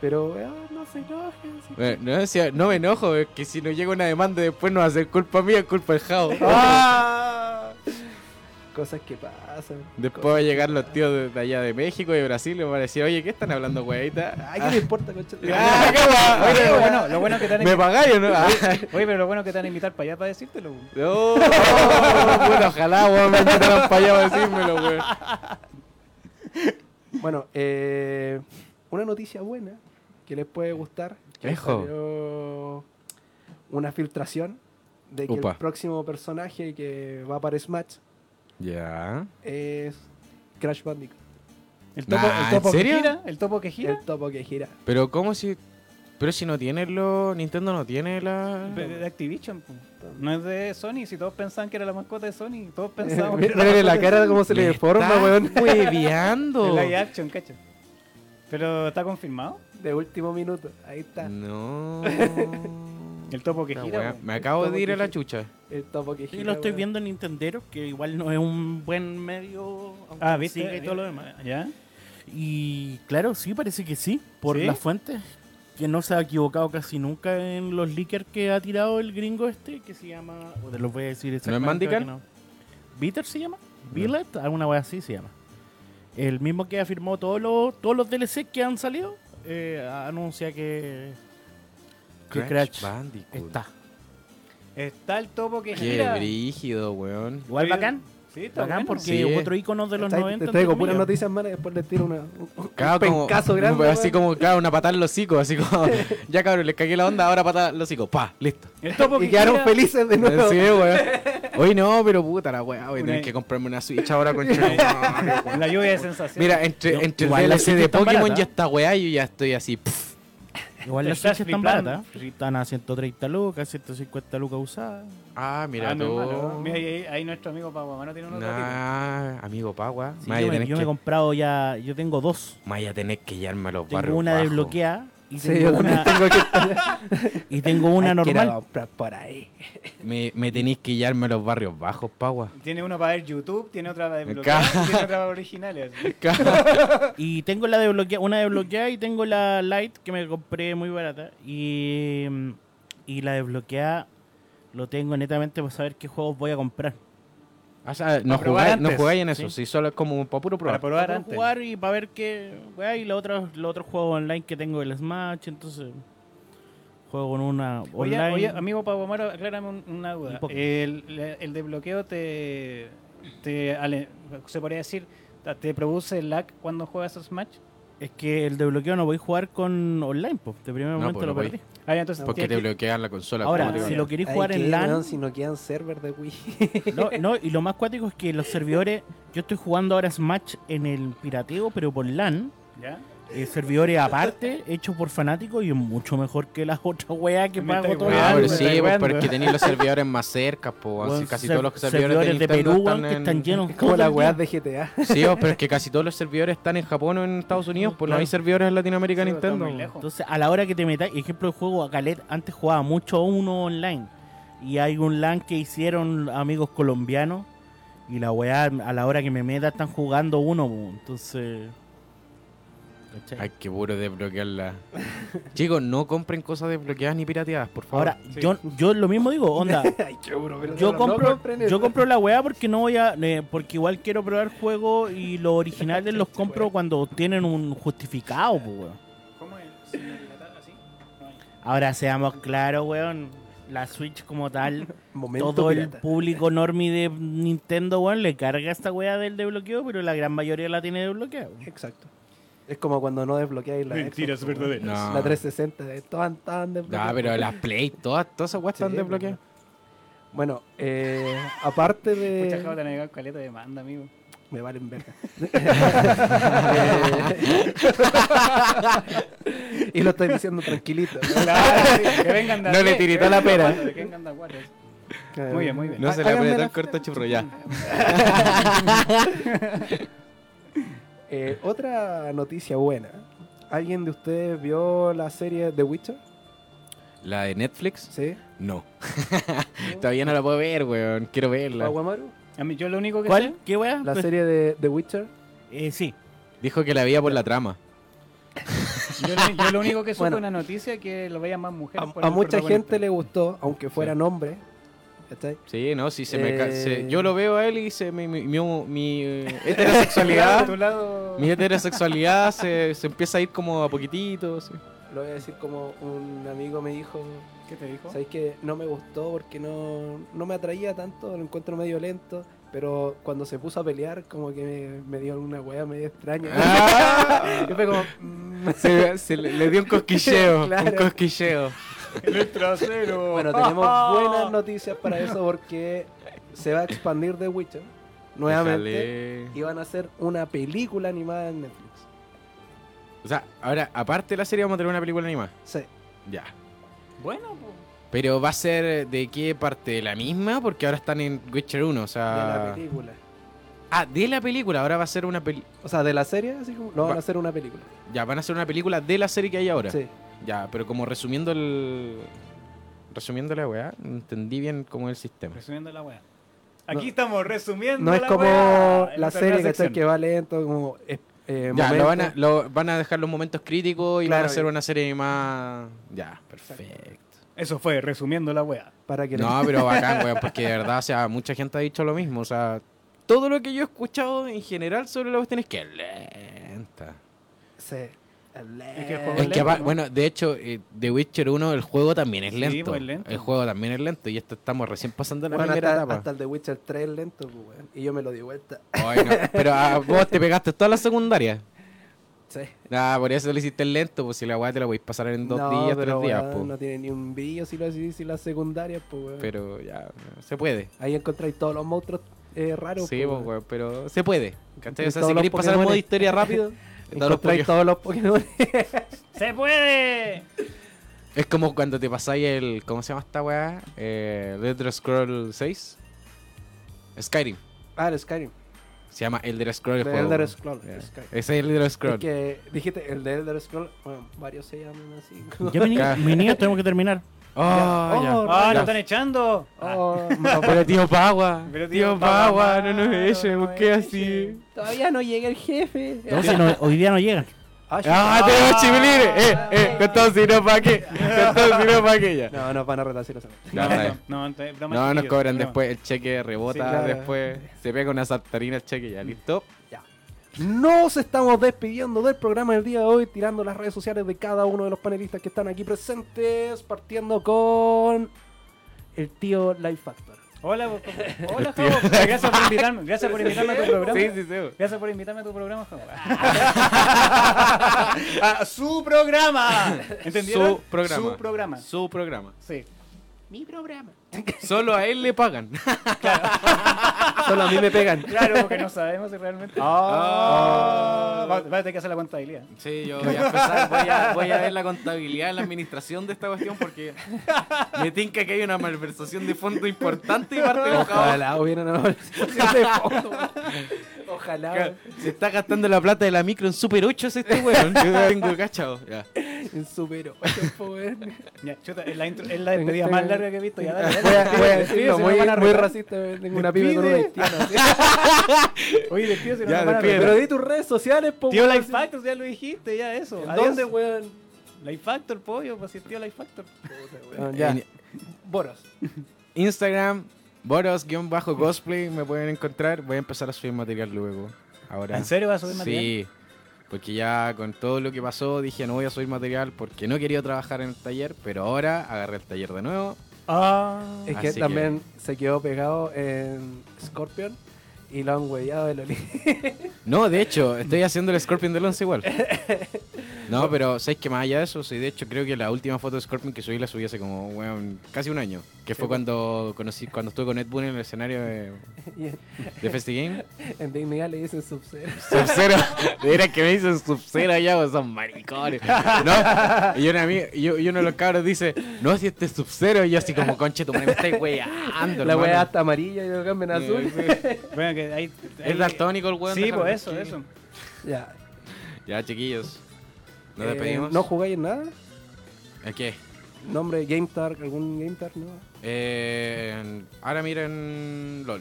Pero, ah, no se enojen. sí. Bueno, no, decía, no me enojo, es que si no llega una demanda después no va a ser culpa mía, es culpa del Jao. Ah, Cosas que pasan. Después van a llegar los tíos de, de allá de México y de Brasil y van a decir, oye, ¿qué están hablando, weadita? Ay, ¿qué me importa, concha? tu madre? Ah, qué guau, Oye, oye, pero lo bueno, lo bueno que te van a ¿Me invitar- pagáis o no? Ah, Oye, pero lo bueno que te van a invitar para allá para decírtelo. güey. no, bueno, ojalá, weón, me invitaran para allá a decírmelo, weón. Bueno, eh, una noticia buena que les puede gustar. que Ejo. salió Una filtración de que Upa. el próximo personaje que va para Smash Ya. es Crash Bandicoot, El topo, Nah, el topo ¿en serio? que gira, el topo que gira. el topo que gira. Pero ¿cómo si...? Pero si no tiene lo... Nintendo no tiene la... De, de Activision, po. no es de Sony. Si todos pensaban que era la mascota de Sony, todos pensaban que Mira, mira la cara como se le deforma, weón. hueveando. era live action, cacho. Pero está confirmado. De último minuto, ahí Mm. está, No. El topo que Esta gira. weá, po. Me acabo de ir a la chucha. el topo que gira. Y lo estoy weón. viendo en Nintendero, que igual no es un buen medio. aunque Ah, viste. siga Y todo lo demás. ¿Ya? Y claro, sí, parece que sí, por ¿Sí? las fuentes. Que no se ha equivocado casi nunca en los leakers que ha tirado el gringo este, que se llama. o Te lo voy a decir exactamente. Mandical? ahora que no. ¿Bitter se llama? ¿Billet? Alguna wea así se llama. El mismo que afirmó todos los, todos los DLC que han salido, eh, anuncia que. que Crash Bandicoot. está. Está el topo que Qué gira. brígido, weón. Igual Sí, bacán, Sí, está bacán bueno. porque Sí. otro icono de los Te- 90. Te traigo entre puras comillas. noticias malas, después les tiro una, un, un Claro, como, pencazo grande. así weón. como, claro, una patada en los hocico, así como, ya cabrón, les cagué la onda, ahora patada en los hocico, pa, listo. El topo que Y quedaron gira. felices de nuevo. Sí, weón. Hoy no, pero puta la weá, voy a Una- tener que comprarme una Switch ahora con La lluvia de sensaciones. Mira, eh, entre, Yo- entre el igual la DLC Switch de está Pokémon barata. y esta weá, yo ya estoy así, pff, Igual Te las estás Switch están ¿eh? flipando. baratas. Están a 130 lucas, 150 lucas usadas. ah, mira Ah, no, tú. hermano. Mira, ahí, ahí- ahí nuestro amigo Paguamano tiene unos datitos. Nah, amigo Pagua, Sí, me vaya yo a me, tener yo me he que- comprado ya, yo tengo dos. me vaya a tener que llevarme a los Tengo barrios una bajos. desbloqueada y Sí, tengo yo también una, tengo que y tengo una Ay, quiero normal. comprar por ahí. Me, me tenéis que llevarme a los barrios bajos, Pagua. Tiene uno para ver YouTube, tiene otra para Me desbloquear, caga. y tiene otra para originales. así. Y tengo la desbloqueada, una desbloqueada y tengo la Lite que me compré muy barata. Y, mm, y la desbloqueada lo tengo netamente para saber qué juegos voy a comprar. O sea, no Pa' probar jugáis, no antes, jugáis en eso, ¿sí? sí, solo es como para puro Para probar. probar para antes. jugar y para ver qué. weá, y los otros los otros juegos online que tengo, el Smash, entonces. Juego con una Oye, online. oye, amigo Paguamano, aclárame un- una Un duda. poco. el, la- el desbloqueo te, te ale- se podría decir, ta- te produce lag cuando juegas a Smash. Es que el desbloqueo no voy a jugar con online, pues. De primer No, momento pues, lo no voy. perdí. Ah, ya, entonces Porque te tienes que- bloquean la consola. Ahora, automáticamente. si lo queréis Ay, jugar qué en LAN. weón, si no quedan server de Wii. No, no, y lo más cuático es que los servidores. Yo estoy jugando ahora Smash en el pirateo, pero por LAN. ¿Ya? eh, servidores aparte, hechos por fanáticos y es mucho mejor que las otras weas que Me pago estáis todo el Ah, weando, año. me pero sí, estáis pues, weando. pero es que tenéis los servidores más cerca, po, así Weón, casi ser- todos los servidores, de, Perú Nintendo weón, que están llenos. Es como todo el las día. weas de GTA. Sí, pues, pero es que casi todos los servidores están en Japón o en Estados Unidos, pues no Claro. hay servidores en Latinoamérica Sí, de pero está Nintendo. muy weón. lejos. Entonces, a la hora que te metas, ejemplo, el juego a Calet antes jugaba mucho uno online. Y hay un LAN que hicieron amigos colombianos. Y la weá, a la hora que me meta, están jugando uno. po. Entonces. ¿cachai? Ay, qué puro desbloquearla. Chicos, no compren cosas desbloqueadas ni pirateadas, por favor. Ahora, yo, yo lo mismo digo, onda. Ay, qué duro, pero Yo no compro, compren eso. yo compro la weá porque no voy a. eh, porque igual quiero probar juegos y los originales los compro cuando tienen un justificado, po, weón. ¿Cómo es? ¿Sin dilatar así? No hay. Ahora seamos claros, weón. La Switch como tal Momento todo el pirata. público normie de Nintendo, weón, le carga esta weá del desbloqueo, pero la gran mayoría la tiene desbloqueada. weón. Exacto. Es como cuando no desbloqueáis la Xbox, weón. No. La 360, de todas estaban desbloqueadas. Ah, pero las Play, todas, todas esas weas Sí, están desbloqueadas. Bueno, eh, aparte Pucha, acabo de... de navegar caleta de demanda, amigo. Me valen verga. Eh, y lo estoy diciendo tranquilito. ¿no? Claro, sí, que vengan de a No le pie, tiritó que la vengan de pera. a cuatro, que vengan de a cuatro. Muy bien, muy bien. No Ah, se le háganme puede la tan fe- corto churro ya. Eh, otra noticia buena. ¿Alguien de ustedes vio la serie The Witcher? ¿La de Netflix? ¿Sí? No. Todavía no la puedo ver, weón. Quiero verla. ¿Aguamaru? A mí, yo lo único que ¿Cuál? ¿Qué weá? Pues, Pues, La serie de The Witcher. Eh, sí. Dijo que la veía por la trama. sé, yo, lo- yo lo único que supe Bueno. una noticia que lo veían más mujeres. por A, a el mucha gente protagonista. le gustó, aunque fueran hombres. ¿Cachai? Sí, no, sí, se me ca- se- Eh. Yo lo veo a él y se me, mi, mi- mi, eh, heterosexualidad. Tu lado- mi heterosexualidad se, se empieza a ir como a poquitito. sí. Lo voy a decir como un amigo me dijo, ¿Qué te dijo? ¿sabéis que no me gustó porque no, no me atraía tanto, lo encuentro medio lento, pero cuando se puso a pelear como que me, me dio alguna weá medio extraña. Ah. Yo fue como... mm. Se, se le, le dio un cosquilleo. Claro. Un cosquilleo. El trasero. Bueno, tenemos buenas noticias para eso porque se va a expandir The Witcher nuevamente Déjale. y van a hacer una película animada en Netflix. O sea, ahora, aparte de la serie, vamos a tener una película animada. Sí. Ya. Bueno, pues. Pero va a ser eh, de qué parte? ¿De la misma? Porque ahora están en Witcher 1, o De la sea. película. ah, de la película. Ahora va a ser una peli. O sea, de la serie, así como. No, van a hacer una película. Ya, van a hacer una película de la serie que hay ahora. Sí. Ya, pero como resumiendo el. Resumiendo la weá, entendí bien cómo es el sistema. Resumiendo la weá. Aquí estamos resumiendo. No es la como weá en la nuestra serie, nueva ¿cachai? sección. Que va lento, como. eh, eh, ya, lo momentos. van, a, lo van a dejar los momentos críticos y van Claro, a hacer y- una serie más. Ya, perfecto. Eso fue, resumiendo la weá. Para que No, pero bacán, weón, porque de verdad, o sea, mucha gente ha dicho lo mismo. O sea, todo lo que yo he escuchado en general sobre la cuestión es que es lenta. Se. que el juego Es Es que, lento, apa- ¿no? bueno, de hecho, eh, The Witcher 1, el juego también es Sí, lento. pues, lento. El juego también es lento y esto estamos recién pasando la Bueno, primera hasta, etapa. hasta el The Witcher 3 es lento, pues, weón. Y yo me lo di vuelta. Ay, no, Pero ah, vos te pegaste toda la secundaria. Sí. Ah, por eso lo hiciste lento, pues si la weá te la podéis pasar en dos No, días, pero, tres días, weón, po. No tiene ni un brillo si lo decís, si las secundarias, pues, weón. Pero ya, se puede. Ahí encontráis todos los monstruos eh, raros. sí, po, pues, weón. weón, pero se puede. ¿Cachai? O sea, Todos si los queréis pasar al modo Pokémones. historia rápido, todos los Encontráis Poké- todos los Pokémon. ¡Se puede! es como cuando te pasáis el. ¿Cómo se llama esta weá? Eh, Elder Scroll 6. Skyrim. ah, el Skyrim. Se llama Elder Scroll el The juego. Elder Scroll. Ya. Skyrim. Ese es Elder Scroll. Es que dijiste el de Elder Scroll. Bueno, varios se llaman así. Ya, mi, Ya. mi niño, tenemos que terminar. Ah, Ya. ya. Oh, ¡Ah, Ya. lo están echando! Oh, Ah, Pero tío Pagua. Pero tío tío Pagua, Pagua, no nos eche, no ¿por nos qué eche. así? Todavía no llega el jefe. No, si no- hoy día no llegan. Ah, ¡Ah, tenemos chimilines! ¡Eh, eh! Con todo si no pa' qué. Con todo si no pa' qué ya. No, nos van a retrasar esa. Ya no, sabes. no, no, te- dame No, nos chiquillos, cobran no. después. El cheque rebota Sí, claro. después. Se pega una saltarina el cheque ya, listo. Nos estamos despidiendo del programa del día de hoy, tirando las redes sociales de cada uno de los panelistas que están aquí presentes, partiendo con el tío Life Factor. Hola, vos, ¿cómo- hola, Javo. Gracias por invitarme, gracias por invitarme a tu programa. Sí, sí, sí. Gracias por invitarme a tu programa, Javo. ¡A su programa! ¿Entendieron? Su programa. Su programa. Su programa. Sí. Mi programa. Solo a él le pagan. Solo a mí me pegan. Claro, porque no sabemos si realmente. Ah. Ah. Va, va a tener que hacer la contabilidad. Sí, yo voy a empezar, voy a, voy a ver la contabilidad, la administración de esta cuestión porque me tinca que hay una malversación de fondo importante y parte de Ojalá hubiera una conversación de fondo. güey. Ojalá. Se está gastando la plata de la micro en Super 8 es este weón. Yo tengo cachado. Ya. En supero. Voy Ya, chuta, es la, intro- es la despedida más larga que he visto. Ya, dale, dale. a, voy Despide, a decirlo, si no muy, van a muy retar. racista. Tengo una pibe con una Despide. haitiana. así. Oye, despido si no Ya, nos van a despide. retar. Pero di tus redes sociales, po. Tío güey, Life así. Factor, ya lo dijiste, ya eso. ¿En Adiós. ¿Dónde, weón? Life Factor, pollo, pues si es tío Life Factor. Ya. En Boros. Instagram, boros-cosplay, me pueden encontrar. Voy a empezar a subir material luego. Ahora. ¿En serio vas a subir material? Sí. Porque ya con todo lo que pasó dije no voy a subir material porque no quería trabajar en el taller, pero ahora agarré el taller de nuevo. Ah. Es que Así que- también se quedó pegado en Scorpion y lo han huellado el Oli. No, de hecho, estoy haciendo el Scorpion del 11 igual. No, pero ¿sabes que más allá de eso? Sí, de hecho creo que la última foto de Scorpion que subí la subí hace como, weón, casi un año. Que fue cuando conocí, cuando estuve con Ed Boon en el escenario de, Y en, de Festigame. en dignidad le dicen sub-zero. Sub-Zero. Era que me dicen Sub-Zero allá, vos son maricones. ¿No? Y, una, ami- y, y uno de los cabros dice, no, si este es Sub-Zero. Y yo así como, conche, tu madre, me estáis weando, La hermano". wea hasta amarilla y lo cambian a Sí, azul. sí. Bueno, que ahí. ahí- Es daltónico el weón. Sí, déjalo pues eso, tranquilo. eso. Ya. Ya, chiquillos. Nos Eh, despedimos. ¿No jugáis en nada? ¿A qué? ¿Nombre Game Tark? ¿Algún Game Tark? No. Eh, ahora miren LOL.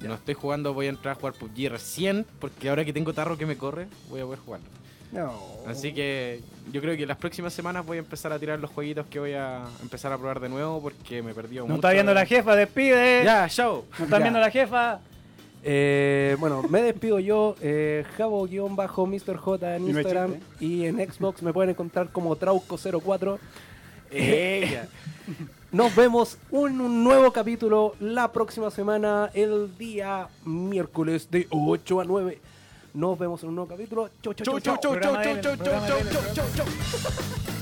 No estoy jugando, voy a entrar a jugar PUBG recién, porque ahora que tengo tarro que me corre, voy a poder jugarlo. No. Así que yo creo que las próximas semanas voy a empezar a tirar los jueguitos que voy a empezar a probar de nuevo porque me perdí mucho. No está viendo la jefa, despide. Ya, chao. No está Ya. viendo la jefa. Eh, bueno, me despido yo, eh, Javo-MrJ en Y no hay Instagram y en Xbox me pueden encontrar como Trauco04. Eh, nos vemos en un nuevo capítulo la próxima semana, el día miércoles de 8 a 9. Nos vemos en un nuevo capítulo. Chau, chau, chau, chau. Programa de- programa de- chau, chau, chau, chau.